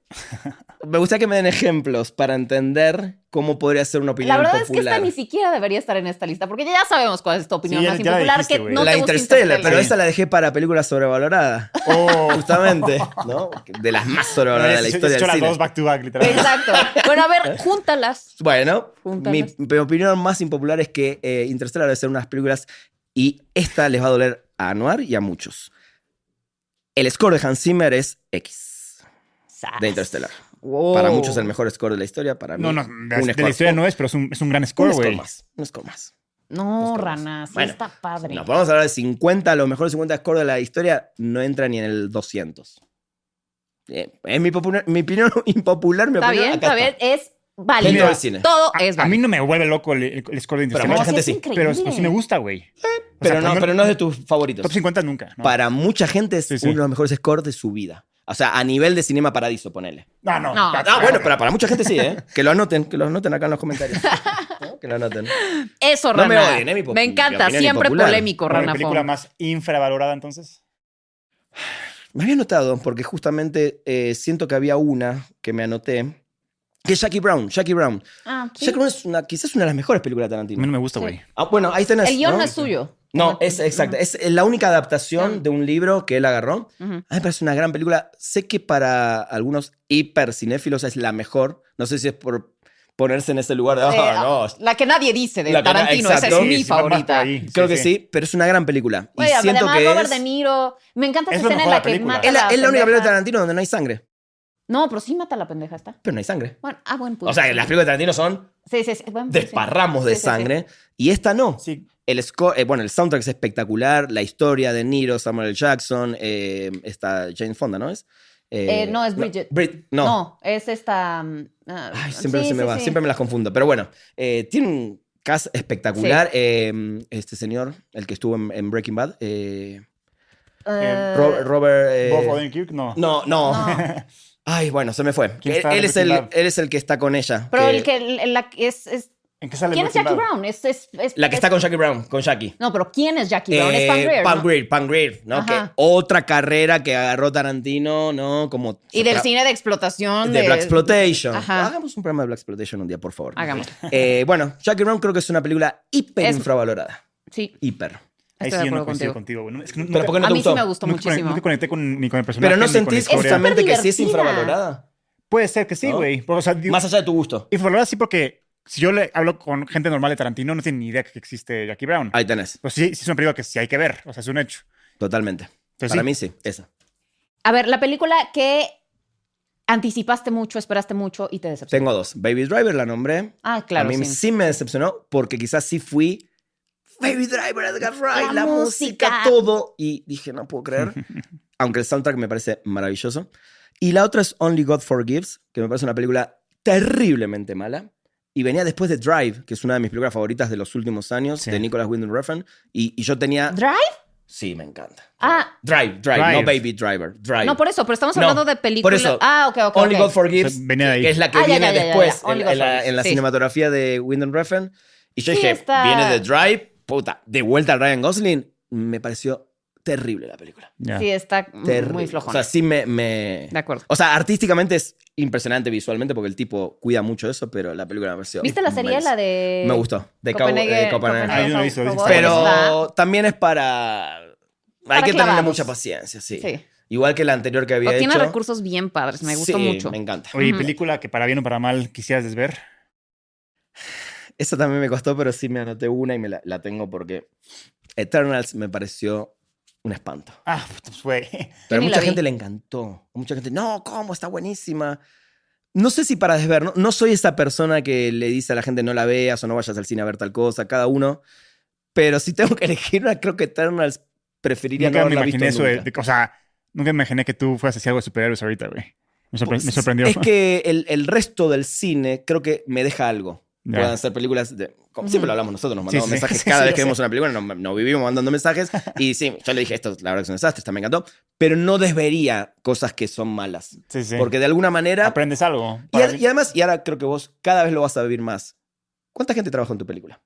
Me gusta que me den ejemplos para entender cómo podría ser una
La
opinión
verdad es que
popular.
esta ni siquiera debería estar en esta lista, porque ya sabemos cuál es tu opinión
ya-
más
ya la
impopular,
dijiste,
que
güey.
no
la
te gusta
Interstellar, pero
Interstellar.
esa la dejé para películas sobrevaloradas,
Oh,
justamente, ¿no? De las más sobrevaloradas de la historia
He hecho
del
las
cine.
dos back to back, literal.
Exacto. Bueno, a ver, júntalas.
Bueno, mi,
Juntarlas.
mi opinión más impopular es que eh, Interstellar debe ser unas películas y esta les va a doler a Anuar y a muchos. El score de Hans Zimmer es X de Interstellar.
Wow.
Para muchos es el mejor score de la historia, para mí
No, no,
un
de, de la
score-
historia no es, pero es un, es un gran score,
un score
güey.
más, un score más.
No,
Los
rana,
tomas.
sí
Bueno,
está padre.
Nos podemos hablar de 50, los mejores 50 scores de la historia no entra ni en el 200. Eh, Es mi, popular- mi opinión impopular, mi
está
opinión.
bien,
acá
está bien, es válido.
Mira,
Todo,
al cine.
A-
es
Ah, A, mí
válido.
no me vuelve loco el, el- el score de
Pero
Interstellar.
mucha
No,
gente
es
sí,
Pero,
increíble.
sí me gusta, güey. O sea,
Pero, no,
cuando-
pero no es de tus favoritos.
Top 50 nunca. ¿no?
Para mucha gente es
Sí, sí.
uno de los mejores scores de su vida. O sea, a nivel de Cinema Paradiso, ponele.
Ah, no.
No.
Ah, bueno, para, para mucha gente sí, ¿eh? Que lo anoten, que lo anoten acá en los comentarios. ¿No? Que lo anoten.
Eso,
No
rana.
me odien, eh, mi po-
me
mi
encanta,
opinión
siempre
impopular.
polémico,
¿Una
rana.
película
Fon.
más infravalorada entonces?
Me había anotado, porque justamente eh, siento que había una que me anoté, que es Jackie Brown. Jackie Brown.
Ah, sí.
Jackie Brown es una, quizás una de las mejores películas de
A mí
Tarantino.
no me gusta,
Sí.
güey.
Ah, bueno, ahí tenés.
El guión no,
¿no?
es tuyo.
No, es exacto. Es la única adaptación de un libro que él agarró.
Ujú.
A mí me parece una gran película. Sé que para algunos hipercinéfilos es la mejor. No sé si es por ponerse en ese lugar de. "Ah,
Eh,
no.
La que nadie dice de
La que na-
Tarantino, esa es
exacto.
mi
Sí, sí, va más por
favorita.
ahí.
Creo que sí. pero es una gran película.
Oye,
y siento
además
que
Robert
es.
De Niro. Me encanta
Es
esa
lo
escena
mejor
en la
la
que
película.
mata
Es la,
a
es la única
pendeja.
película de Tarantino donde no hay sangre.
No, pero sí mata a la pendeja esta.
Pero no hay sangre.
Bueno, ah, buen punto.
O sea, que las películas de Tarantino son
Sí, sí, sí, buen punto, sí.
desparramos de
Sí, sí, sí.
sangre. Y esta no.
Sí.
El score, eh, bueno, el soundtrack es espectacular. La historia de Niro, Samuel L. Jackson, eh, está Jane Fonda, ¿no es? Eh,
Eh, no, es Bridget.
Brit-
No.
no.
es esta. mm, ah,
Ay, siempre
sí,
se me
sí,
va,
sí.
siempre me las confundo. Pero bueno, eh, tiene un cast espectacular. eh, este señor, el que estuvo en, en Breaking Bad. eh,
Eh,
Ro- Robert. eh,
¿Bob Odenkirk? No.
no, no.
No.
Ay, bueno, se me fue.
¿Quién
Él,
está en
él es
Breaking
el,
Bad?
él es el que está con ella.
Pero
que-
el que el- el- la, es, es-
¿En qué sale
¿Quién es
Breaking
Jackie
Bad?
Brown? Es, es- es-
La que
es-
está con Jackie Brown, con Jackie.
No, pero ¿quién es Jackie Brown? es
Eh,
Pam Grier, ¿no?
Pam Grier, Pam Grier, ¿no?
Ajá.
Que otra carrera que agarró Tarantino, ¿no? Como
Y del
tra-
cine de explotación.
Ah. de Black Exploitation.
Ajá.
Hagamos un programa de Black Exploitation un día, por favor.
Hagamos.
Eh, bueno, Jackie Brown creo que es una película hiper
Es-
infravalorada.
Sí,
Hiper.
Ahí
estoy
sí
de
yo no
acuerdo
coincido contigo,
contigo.
güey. No, es que
Pero
nunca-
¿por qué no
A
te
mí sí
gustó?
me gustó
nunca conecté-
muchísimo.
Nunca conecté con, ni con el personaje.
Pero no
ni con la
sentís
historia.
súper
justamente que sí es
divertida.
infravalorada.
Puede ser que sí,
¿No?
güey. Porque, O sea, digo,
Más allá de tu gusto.
infravalorada sí porque si yo le hablo con gente normal de Tarantino no tiene ni idea que existe Jackie Brown.
Ahí tenés.
Pues sí, sí es una película que sí hay que ver. O sea, es un hecho.
Totalmente.
Entonces,
Para
Pues sí.
mí sí, esa.
A ver, la película que anticipaste mucho, esperaste mucho y te decepcionó.
Tengo dos. Baby Driver la nombré.
Ah, claro,
A mí
sí.
sí. me decepcionó porque quizás sí fui Baby Driver, Edgar Wright,
La
la, música,
música.
todo. Y dije, no puedo creer. Aunque el soundtrack me parece maravilloso. Y la otra es Only God Forgives, que me parece una película terriblemente mala. Y venía después de Drive, que es una de mis películas favoritas de los últimos años,
Sí.
de Nicholas Winding Refn. Y, y yo tenía...
¿Drive?
Sí, me encanta.
Ah.
Drive, Drive,
Drive.
no Baby Driver. Drive.
No, por eso, pero estamos
No,
hablando de película.
por eso.
Ah, ok, ok.
Only
ok.
God Forgives,
O sea, venía de ahí.
que es la que
Ah, ya,
viene
ya, ya, ya, ya.
después
Only
en-
God
en, la,
Forgives,
en la
sí.
cinematografía de Wyndham Refn. Y yo
Sí,
dije,
está-
viene de Drive, puta, de vuelta a Ryan Gosling. Me pareció terrible la película.
Ya.
Sí, está
Terrible.
muy flojón.
O sea, sí me... me-
de acuerdo.
O sea, artísticamente es impresionante visualmente porque el tipo cuida mucho eso, pero la película me pareció...
¿Viste la serie, la de.
Me gustó, de Cow-
Copenhague-
eh, Copenhague.
Ahí no hizo,
Cowboys?
dice.
Está-
Pero también es para... Hay que tenerle
clavados.
mucha paciencia, sí.
Sí.
Igual que la anterior que había
Pero tiene
hecho.
recursos bien padres, me gustó
Sí,
mucho.
Me encanta.
Oye, ¿y
Ujú.
película que para bien o para mal quisieras desver.
Esa también me costó, pero sí me anoté una y me la, la tengo porque Eternals me pareció un espanto.
Ah, pues güey.
Pero a
ni la
mucha
vi.
gente le encantó. Mucha gente, no, ¿cómo? Está buenísima. No sé si para desver, no, no soy esa persona que le dice a la gente no la veas o no vayas al cine a ver tal cosa, cada uno. Pero si tengo que elegir una, creo que Eternals preferiría
Nunca
no
me
haberla visto
imaginé eso de,
nunca.
de- O sea, nunca me imaginé que tú fueras así algo de superhéroes ahorita, güey. Me, sorpre- me
Pues,
sorprendió.
Es que el, el resto del cine creo que me deja algo.
Ya.
Puedan ser películas de. como Siempre
Ujú.
lo hablamos nosotros, nos
Sí,
mandamos
sí.
mensajes
Sí,
cada
sí,
vez que
lo
vemos una película, nos, nos vivimos mandando mensajes. Y sí, yo le dije, esto la verdad que es un desastre, esta me encantó. Pero no desvería cosas que son malas.
Sí, sí.
Porque de alguna manera.
aprendes algo.
Y,
Para
ad-
mí,
y además, y ahora creo que vos cada vez lo vas a vivir más. ¿Cuánta gente trabaja en tu película?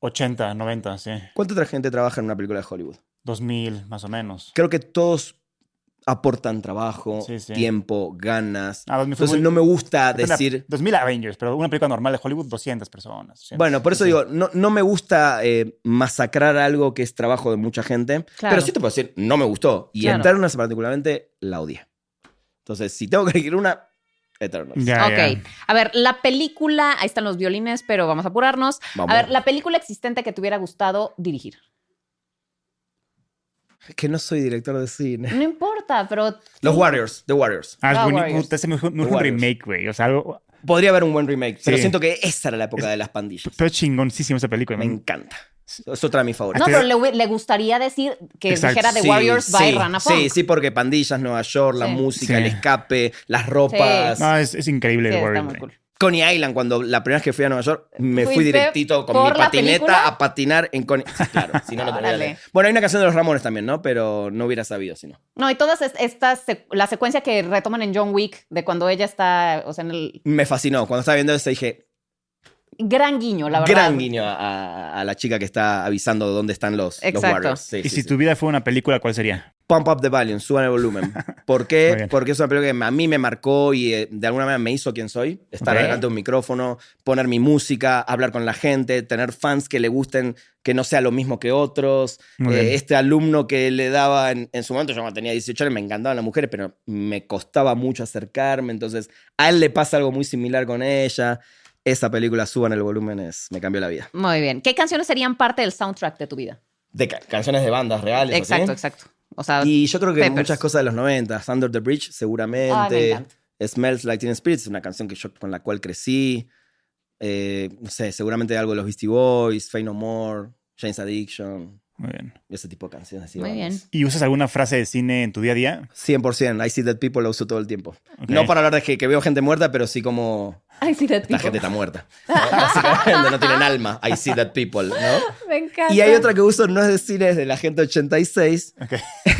80, 90, sí.
¿Cuánta otra gente trabaja en una película de Hollywood?
2000, más o menos.
Creo que todos aportan trabajo,
Sí, sí.
tiempo, ganas.
Ah, 2000 fue
Entonces
muy-
no me gusta
fue una-
decir...
2000 Avengers, pero una película normal de Hollywood, 200 personas. 200.
Bueno, por eso
Sí, sí.
digo, no, no me gusta eh, masacrar algo que es trabajo de mucha gente,
Claro.
pero sí te puedo decir, no me gustó. Y
Claro.
Eternals particularmente la odié. Entonces, si tengo que elegir una, Eternals.
Ya,
ok.
ya.
A ver, la película, ahí están los violines, pero vamos a apurarnos.
Vamos.
A ver, la película existente que te hubiera gustado dirigir.
Es que no soy director de cine.
No importa, pero.
Los Warriors, The Warriors.
Ah, es
Ah,
buenísimo.
Warriors.
Puta, ese me urge- me urge un
Warriors.
remake, güey. O sea, algo.
Podría haber un buen remake, pero
Sí.
siento que esa era la época de las pandillas.
Pero chingoncísimo esa película.
Me
man.
encanta. Es otra de mis
No,
favoritas.
Este-
pero le, hubi- le gustaría decir que
Exacto.
dijera The
Sí,
Warriors by
sí,
Rana Funk.
Sí, sí, porque pandillas, Nueva York, la
Sí.
música,
Sí.
el escape, las ropas.
No, es, es increíble
Sí,
el
está
Warriors,
muy
güey.
cool.
Coney Island, cuando la primera vez que fui a Nueva York, me fui
¿Fuiste
directito con mi
por la
patineta
película?
a patinar en Coney. Sí, claro, si no, no te voy a
Órale.
leer. Bueno, hay una canción de los Ramones también, ¿no? Pero no hubiera sabido si no.
No, y todas es- estas, sec- la secuencia que retoman en John Wick, de cuando ella está, o sea, en el.
Me fascinó. Cuando estaba viendo eso dije,
Gran guiño, la verdad.
gran guiño a, a- a la chica que está avisando dónde están los, los
Exacto.
Warriors. Sí,
Y
sí,
si
sí.
tu vida fuera una película, ¿cuál sería?
Pump up the volume, suban el volumen. ¿Por
Muy
qué?
bien.
Porque es una película que a mí me marcó y eh, de alguna manera me hizo quien soy. Estar
Ok.
delante de un micrófono, poner mi música, hablar con la gente, tener fans que le gusten, que no sea lo mismo que otros.
Muy
Eh,
bien.
este alumno que le daba en, en su momento, yo cuando tenía 18 años, me encantaban las mujeres, pero me costaba mucho acercarme. Entonces, a él le pasa algo muy similar con ella. Esa película, suban el volumen, es, me cambió la vida.
Muy bien. ¿Qué canciones serían parte del soundtrack de tu vida?
De ca- canciones de bandas reales. ¿o
exacto,
sí?
exacto. O sea,
Y yo creo que
Peppers.
muchas cosas de los 90, Under the Bridge,
Ay, me
seguramente.
encanta.
Smells Like Teen Spirit es una canción que yo, con la cual crecí. Eh, no sé, seguramente algo de los Beastie Boys, Fey No More, James Addiction,
Muy bien.
ese tipo de canciones. y
Muy
bandas.
bien.
¿Y usas alguna frase de cine en tu día a día?
100%, I See Dead People lo uso todo el tiempo.
Ok.
No para hablar de que, que veo gente muerta, pero sí como
Ay, sí, de
la
tipo.
gente está muerta. ¿no? Básicamente no tienen alma, I See Dead People, ¿no?
Me encanta.
Y hay otra que uso, no es de cine, es de la gente 86,
Ok.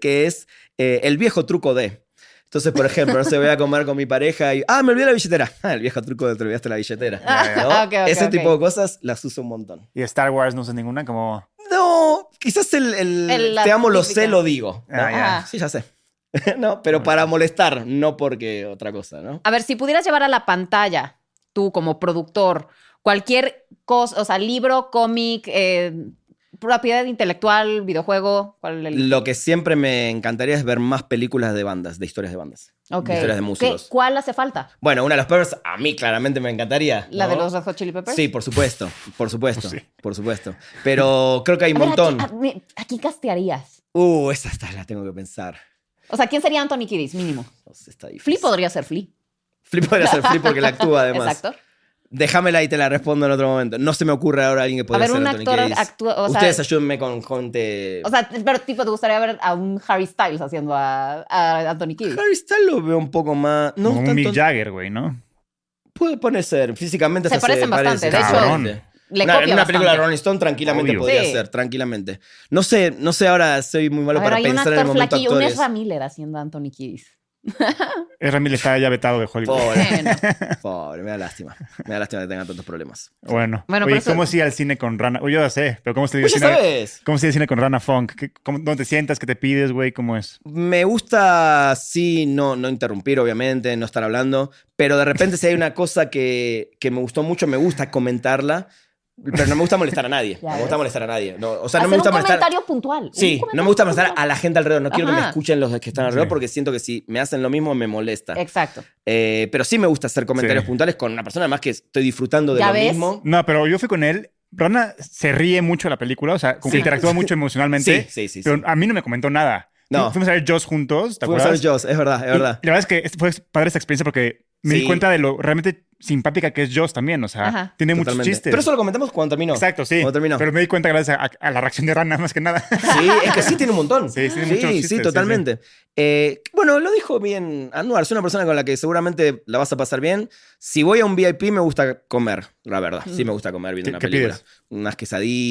que es eh, el viejo truco de. Entonces, por ejemplo, no se voy a comer con mi pareja y. ¡Ah, me olvidé la billetera! Ah, el viejo truco de te olvidaste la billetera. ¿no?
Ah, ok, ok,
Ese
ok.
tipo de cosas las uso un montón.
Y Star Wars no usas ninguna, como.
No, quizás el. el
El- la
te amo, lo
típica.
sé, lo digo. ¿no?
Ah, ya.
Ajá.
Sí, ya sé. no, pero para molestar, no porque otra cosa, ¿no?
A ver, si pudieras llevar a la pantalla, tú como productor, cualquier cosa, o sea, libro, cómic, eh, propiedad intelectual, videojuego, ¿cuál el-
Lo que siempre me encantaría es ver más películas de bandas, de historias de bandas.
Ok.
historias de
¿Qué-
músicos.
¿Cuál hace falta?
Bueno, una de las Peppers, a mí claramente me encantaría.
¿La
¿no?
de los Red Hot Chili Peppers?
Sí, por supuesto, por supuesto,
Sí.
por supuesto. Pero creo que hay
A
un
ver, ¿a
montón.
quién- a- me- ¿A quién castearías?
Uh, esa está, la tengo que pensar.
O sea, ¿quién sería Anthony Kiddis, mínimo?
No sé, está difícil.
Flip podría ser Flip.
Flip podría ser Flip porque la actúa Pues, además.
Exacto.
Déjamela y te la respondo en otro momento. No se me ocurre ahora alguien que
A
podría
ver,
ser
un
Anthony
actor
Kiedis.
actúa. O sea,
Ustedes ayúdenme con gente.
o sea, pero tipo, ¿te gustaría ver a un Harry Styles haciendo a, a Anthony Kiddis?
Harry Styles lo veo un poco más. No,
como un
tanto-
Mick Jagger, güey, ¿no?
Puede puede ser. Físicamente
Se
hasta
parecen bastante,
de hecho-
Cabrón.
Le
Una-
copia
en una película de
bastante.
Rolling Stone tranquilamente
Obvio.
podría
Sí.
ser, tranquilamente. No sé, no sé ahora, soy muy malo
A ver,
para
hay un
pensar en el
actor
momento
flaquillo, un
actores.
Ezra Miller haciendo a Anthony Kiddis.
Es Ramil está ya vetado de Hollywood.
Pobre,
Bueno,
pobre, me da lástima. Me da lástima que tenga tantos problemas.
Bueno.
Bueno,
Oye,
pero eso-
¿cómo se iba al cine con Rana? Oye, yo ya sé, pero ¿cómo se iba
Pues
al
ya
cine?
sabes,
¿Cómo se iba al cine con Rana Funk? ¿Qué- cómo- ¿Dónde te sientas? ¿Qué te pides, güey? ¿Cómo es?
me gusta, sí, no, no interrumpir, obviamente, no estar hablando, pero de repente si hay una cosa que, que me gustó mucho, me gusta comentarla. Pero no me gusta molestar a nadie.
Ya
no me
ves.
gusta molestar a nadie. No, o sea, no
Hacer
me gusta
un
molestar.
comentario puntual.
Sí,
Un
no me gusta
comentario
molestar a la gente alrededor. No quiero que me
Ajá.
escuchen los que están alrededor
Sí.
porque siento que si me hacen lo mismo me molesta.
puntual. Exacto.
Eh, pero sí me gusta hacer comentarios
Sí.
puntuales con una persona, además que estoy disfrutando de
¿Ya
lo
ves?
mismo.
No, pero yo fui con él. Rana se ríe mucho de la película, o sea, como que
Sí.
interactúa mucho emocionalmente.
Sí, sí, sí, sí.
Pero a mí no me comentó nada.
No.
Fuimos a ver Jaws juntos, ¿te
Fuimos a
acuerdas?
ver Jaws, es verdad, es
Y-
verdad.
y la verdad es que es- fue padre esta experiencia porque me
Sí.
di cuenta de lo realmente simpática que es Joss también. O sea,
Ajá.
tiene muchos
Totalmente.
chistes.
Pero eso lo comentamos cuando terminó.
Exacto, sí.
Cuando terminó.
Pero me di cuenta gracias a, a la reacción de Rana, más que nada.
Sí, es que sí tiene un montón.
Sí, sí, tiene
sí,
muchos chistes,
sí,
sí,
totalmente. Eh, bueno, lo dijo bien Anuar, es una persona con la que seguramente la vas a pasar bien. Si voy a un VIP me gusta comer, la verdad. Sí me gusta comer viendo
¿Qué-
una
qué
película.
pides?
Unas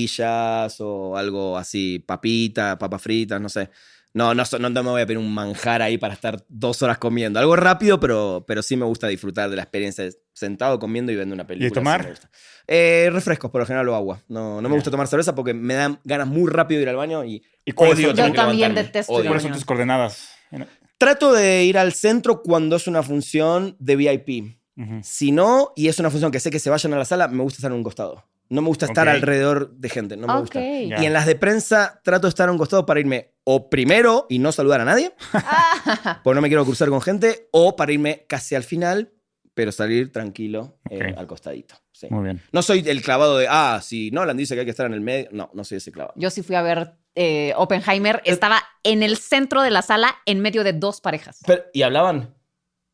quesadillas o algo así, papita, papas fritas, no sé. No, no, so- no, no me voy a pedir un manjar ahí para estar dos horas comiendo. Algo rápido, pero, pero sí me gusta disfrutar de la experiencia de sentado comiendo y viendo una película. sí
tomar?
me gusta. Eh, refrescos, por lo general, o agua. No, no me gusta tomar cerveza porque me dan ganas muy rápido de ir al baño y
Y por eso-
odio
Yo
tener que
también
levantarme.
detesto
Odio.
ir al
¿Cuáles son
no.
tus coordenadas? Ujú.
Trato de ir al centro cuando es una función de VIP. Si no, y es una función que sé que se vayan a la sala, me gusta estar en un costado. No me gusta estar
Ok.
alrededor de gente, no me
ok.
gusta.
Ya.
Y en las de prensa trato de estar a un costado para irme o primero y no saludar a nadie,
Ah,
porque no me quiero cruzar con gente, o para irme casi al final, pero salir tranquilo eh,
Ok.
al costadito. sí.
Muy bien.
No soy el clavado de, ah, si Nolan dice que hay que estar en el medio. No, no soy ese clavado.
yo sí fui a ver eh, Oppenheimer. Estaba en el centro de la sala, en medio de dos parejas.
Pero- ¿Y hablaban?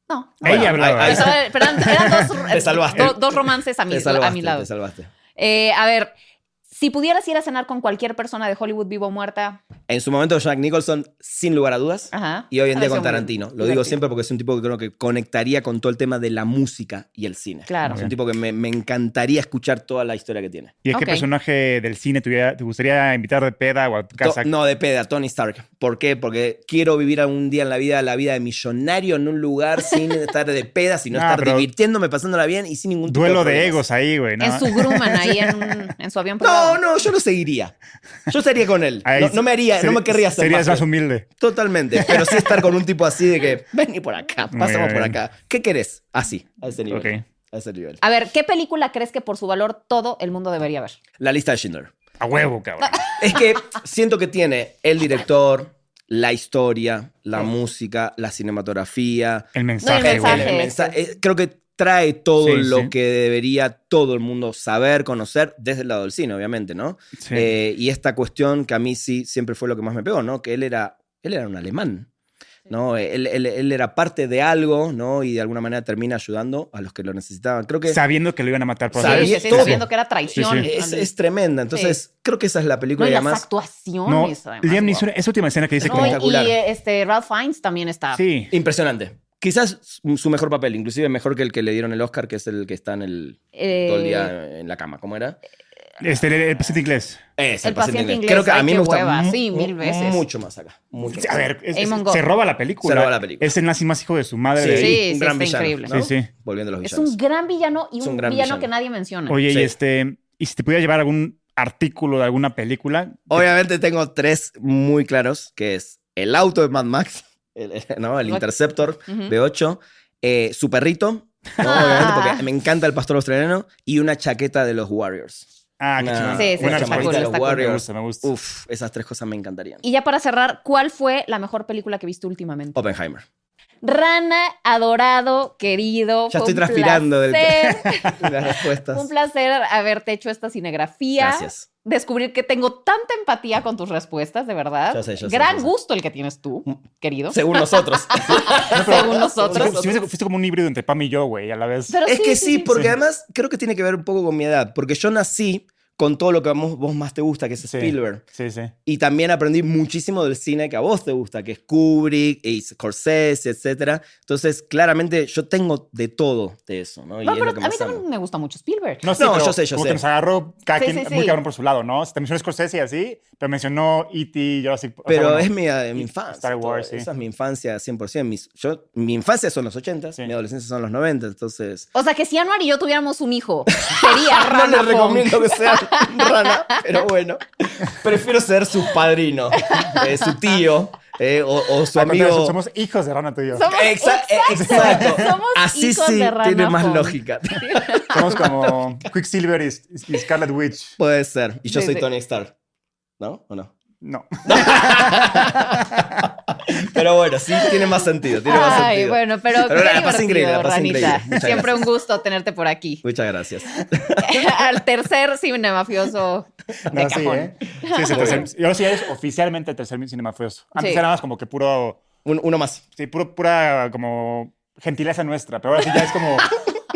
No. no.
Ella
Bueno,
hablaba.
ahí- ahí-
Estaba- pero eran- eran dos,
Te salvaste.
do- dos romances a mi,
Te salvaste,
a mi lado.
Te salvaste.
Eh, a ver, si pudieras ir a cenar con cualquier persona de Hollywood vivo o muerta.
En su momento, Jack Nicholson, sin lugar a dudas.
Ajá.
Y hoy en
Ha de ser
día con
Ah, muy
Tarantino. Lo digo
divertido.
siempre porque es un tipo que creo que conectaría con todo el tema de la música y el cine.
Claro.
Es un tipo que me, me encantaría escuchar toda la historia que tiene.
¿Y a qué
Ok.
personaje del cine te, hubiera- te gustaría invitar de peda o a tu casa?
To- no, de peda, Tony Stark. ¿Por qué? Porque quiero vivir algún día en la vida, la vida de millonario en un lugar sin estar de peda, sino
No,
estar
Ah, pero-
divirtiéndome, pasándola bien y sin ningún tipo
Duelo
de
de
problemas.
egos ahí, güey. ¿no?
En su Grumman, ahí en, un- en su avión privado.
No, no, yo lo seguiría. Yo estaría con él.
Ahí
No, no me haría, no
seri-
me querría hacer
Serías
más
más humilde.
Totalmente, pero sí estar con un tipo así de que, vení por acá,
Muy
pasamos por
bien.
acá. ¿Qué querés? Así, a ese nivel.
Ok.
A ese nivel.
A ver, ¿qué película crees que por su valor todo el mundo debería ver?
La lista de Schindler.
A huevo, cabrón.
Es que siento que tiene el director, la historia, la
Sí.
música, la cinematografía,
El mensaje,
mensaje.
güey.
el mensaje. Eh, Creo que trae todo
Sí,
lo
sí.
que debería todo el mundo saber, conocer, desde el lado del cine, obviamente, ¿no?
Sí.
Eh, y esta cuestión que a mí sí siempre fue lo que más me pegó, ¿no? Que él era, él era un alemán, ¿no? Él, él- él era parte de algo, ¿no? Y de alguna manera termina ayudando a los que lo necesitaban. Creo que
Sabiendo que lo iban a matar por
Sí,
Sabía
hacer
sí,
eso.
sí,
todo.
sabiendo que era traición.
Sí,
es, es tremenda. Entonces, creo que esa es la
No,
película
y
y
las
además
No,
actuaciones. además,
Liam
wow.
Neeson, esa última escena que dice
No,
como...
y-
espectacular.
y eh, este, Ralph Fiennes también está.
Sí.
impresionante. Quizás su- su mejor papel, inclusive mejor que el que le dieron el Oscar, que es el que está en el
Eh,
todo el día en la cama. ¿Cómo era?
Este, el, el paciente inglés.
Es
El paciente inglés.
Creo que
Ay,
a mí
qué
me gusta
hueva.
mu-
Sí, mil
mu-
veces.
mucho más acá. Mucho
A
más.
ver, es- es-
Amon Go.
se roba la película.
Se roba la película.
Es el nazi más hijo de su madre.
Sí,
de-
Sí,
un
sí,
gran
está
villano,
increíble.
¿no?
Sí, sí.
Volviendo a los
Es
villanos.
un gran villano y
Es
un,
un gran
villano,
villano.
que nadie menciona.
Oye,
Sí.
y este, y si te pudiera llevar algún artículo de alguna película,
Obviamente tengo tres muy claros, que es el auto de Mad Max, el, el- ¿no? el
What?
Interceptor
Ujú.
B8, eh, su perrito, ¿no?
Ah.
obviamente porque me encanta el pastor australiano, y una chaqueta de los Warriors.
Ah, qué
Una-
chingón.
Sí, sí,
Buena
está
una
respuesta.
cool,
chaqueta de los
está cool.
Me
Warriors.
gusta, me gusta.
Uf, esas tres cosas me encantarían.
Y ya para cerrar, ¿cuál fue la mejor película que viste últimamente?
Oppenheimer.
Rana, adorado, querido.
Ya
fue
estoy
un
transpirando del-
placer,
Las respuestas.
un placer haberte hecho esta cinegrafía.
Gracias.
Descubrir que tengo tanta empatía con tus respuestas, de verdad.
Ya sé, ya sé,
Gran
ya sé. Mm.
gusto el que tienes tú, querido.
Según nosotros.
según nosotros.
Sí, fuiste- fuiste como un híbrido entre Pam y yo, güey, a la vez.
Pero
es que sí, porque
Sí.
además creo que tiene que ver un poco con mi edad, porque yo nací con todo lo que a vos vos más te gusta, que es
Sí.
Spielberg.
Sí, sí.
Y también aprendí muchísimo del cine que a vos te gusta, que es Kubrick, y Scorsese, etc. Entonces, claramente, yo tengo de todo de eso, ¿no? Y
No,
es
pero
lo que
a
más
mí
amo.
también me gusta mucho Spielberg.
No, sí,
No,
pero
yo sé, yo
como
sé.
que nos agarró cada
Sí,
quien
sí, sí.
muy cabrón por su lado, ¿no? Te mencionó Scorsese y así, pero mencionó E.T., yo así.
Pero es mi, eh, mi infancia.
Star
todo.
Wars, sí.
Esa es mi infancia 100%. Mis- yo, mi infancia son los 80,
Sí.
mi adolescencia son los 90, entonces...
O sea, que si Anuar y yo tuviéramos un hijo, sería
No
Rana
les
Fong.
recomiendo que sea rana, pero bueno. Prefiero ser su padrino, eh, su tío eh, o, o su
Al contrario,
amigo.
Somos hijos de Rana tú y yo.
Somos-
Exa- eh,
exacto.
exacto.
Somos
Así
hijos
sí
de Rana
tiene más
Fon.
lógica.
Somos como Quicksilver y, y Scarlet Witch.
Puede ser. Y yo soy
Desde-
Tony Stark. ¿No? ¿O no?
No.
Pero bueno, sí tiene más sentido. Tiene más
Ay,
sentido.
bueno, pero,
Pero
qué
la pasé
divertido,
increíble, la pasé
Ranita.
increíble. Muchas
Siempre
gracias.
un gusto tenerte por aquí.
Muchas gracias.
Al tercer cine mafioso de
No, sí,
cajón.
¿eh? Sí, es el tercer- y ahora sí es oficialmente el tercer cinemafioso. Antes
Sí.
era más como que puro,
Un- uno más.
sí, puro, pura como gentileza nuestra, pero ahora sí ya es como...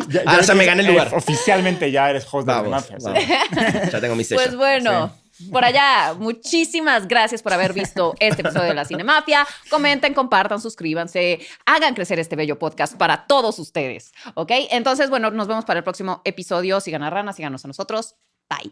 Ya,
Ahora ya Ah, me gané el lugar. pues,
eh, Oficialmente ya eres host de
Vamos.
la mafia. sí.
vamos. Ya tengo mi sello.
Pues bueno. Por allá, muchísimas gracias por haber visto este episodio de la Cinemafia. Comenten, compartan, suscríbanse, hagan crecer este bello podcast para todos ustedes, ¿ok? Entonces, bueno, nos vemos para el próximo episodio. Sigan a Rana, síganos a nosotros. Bye.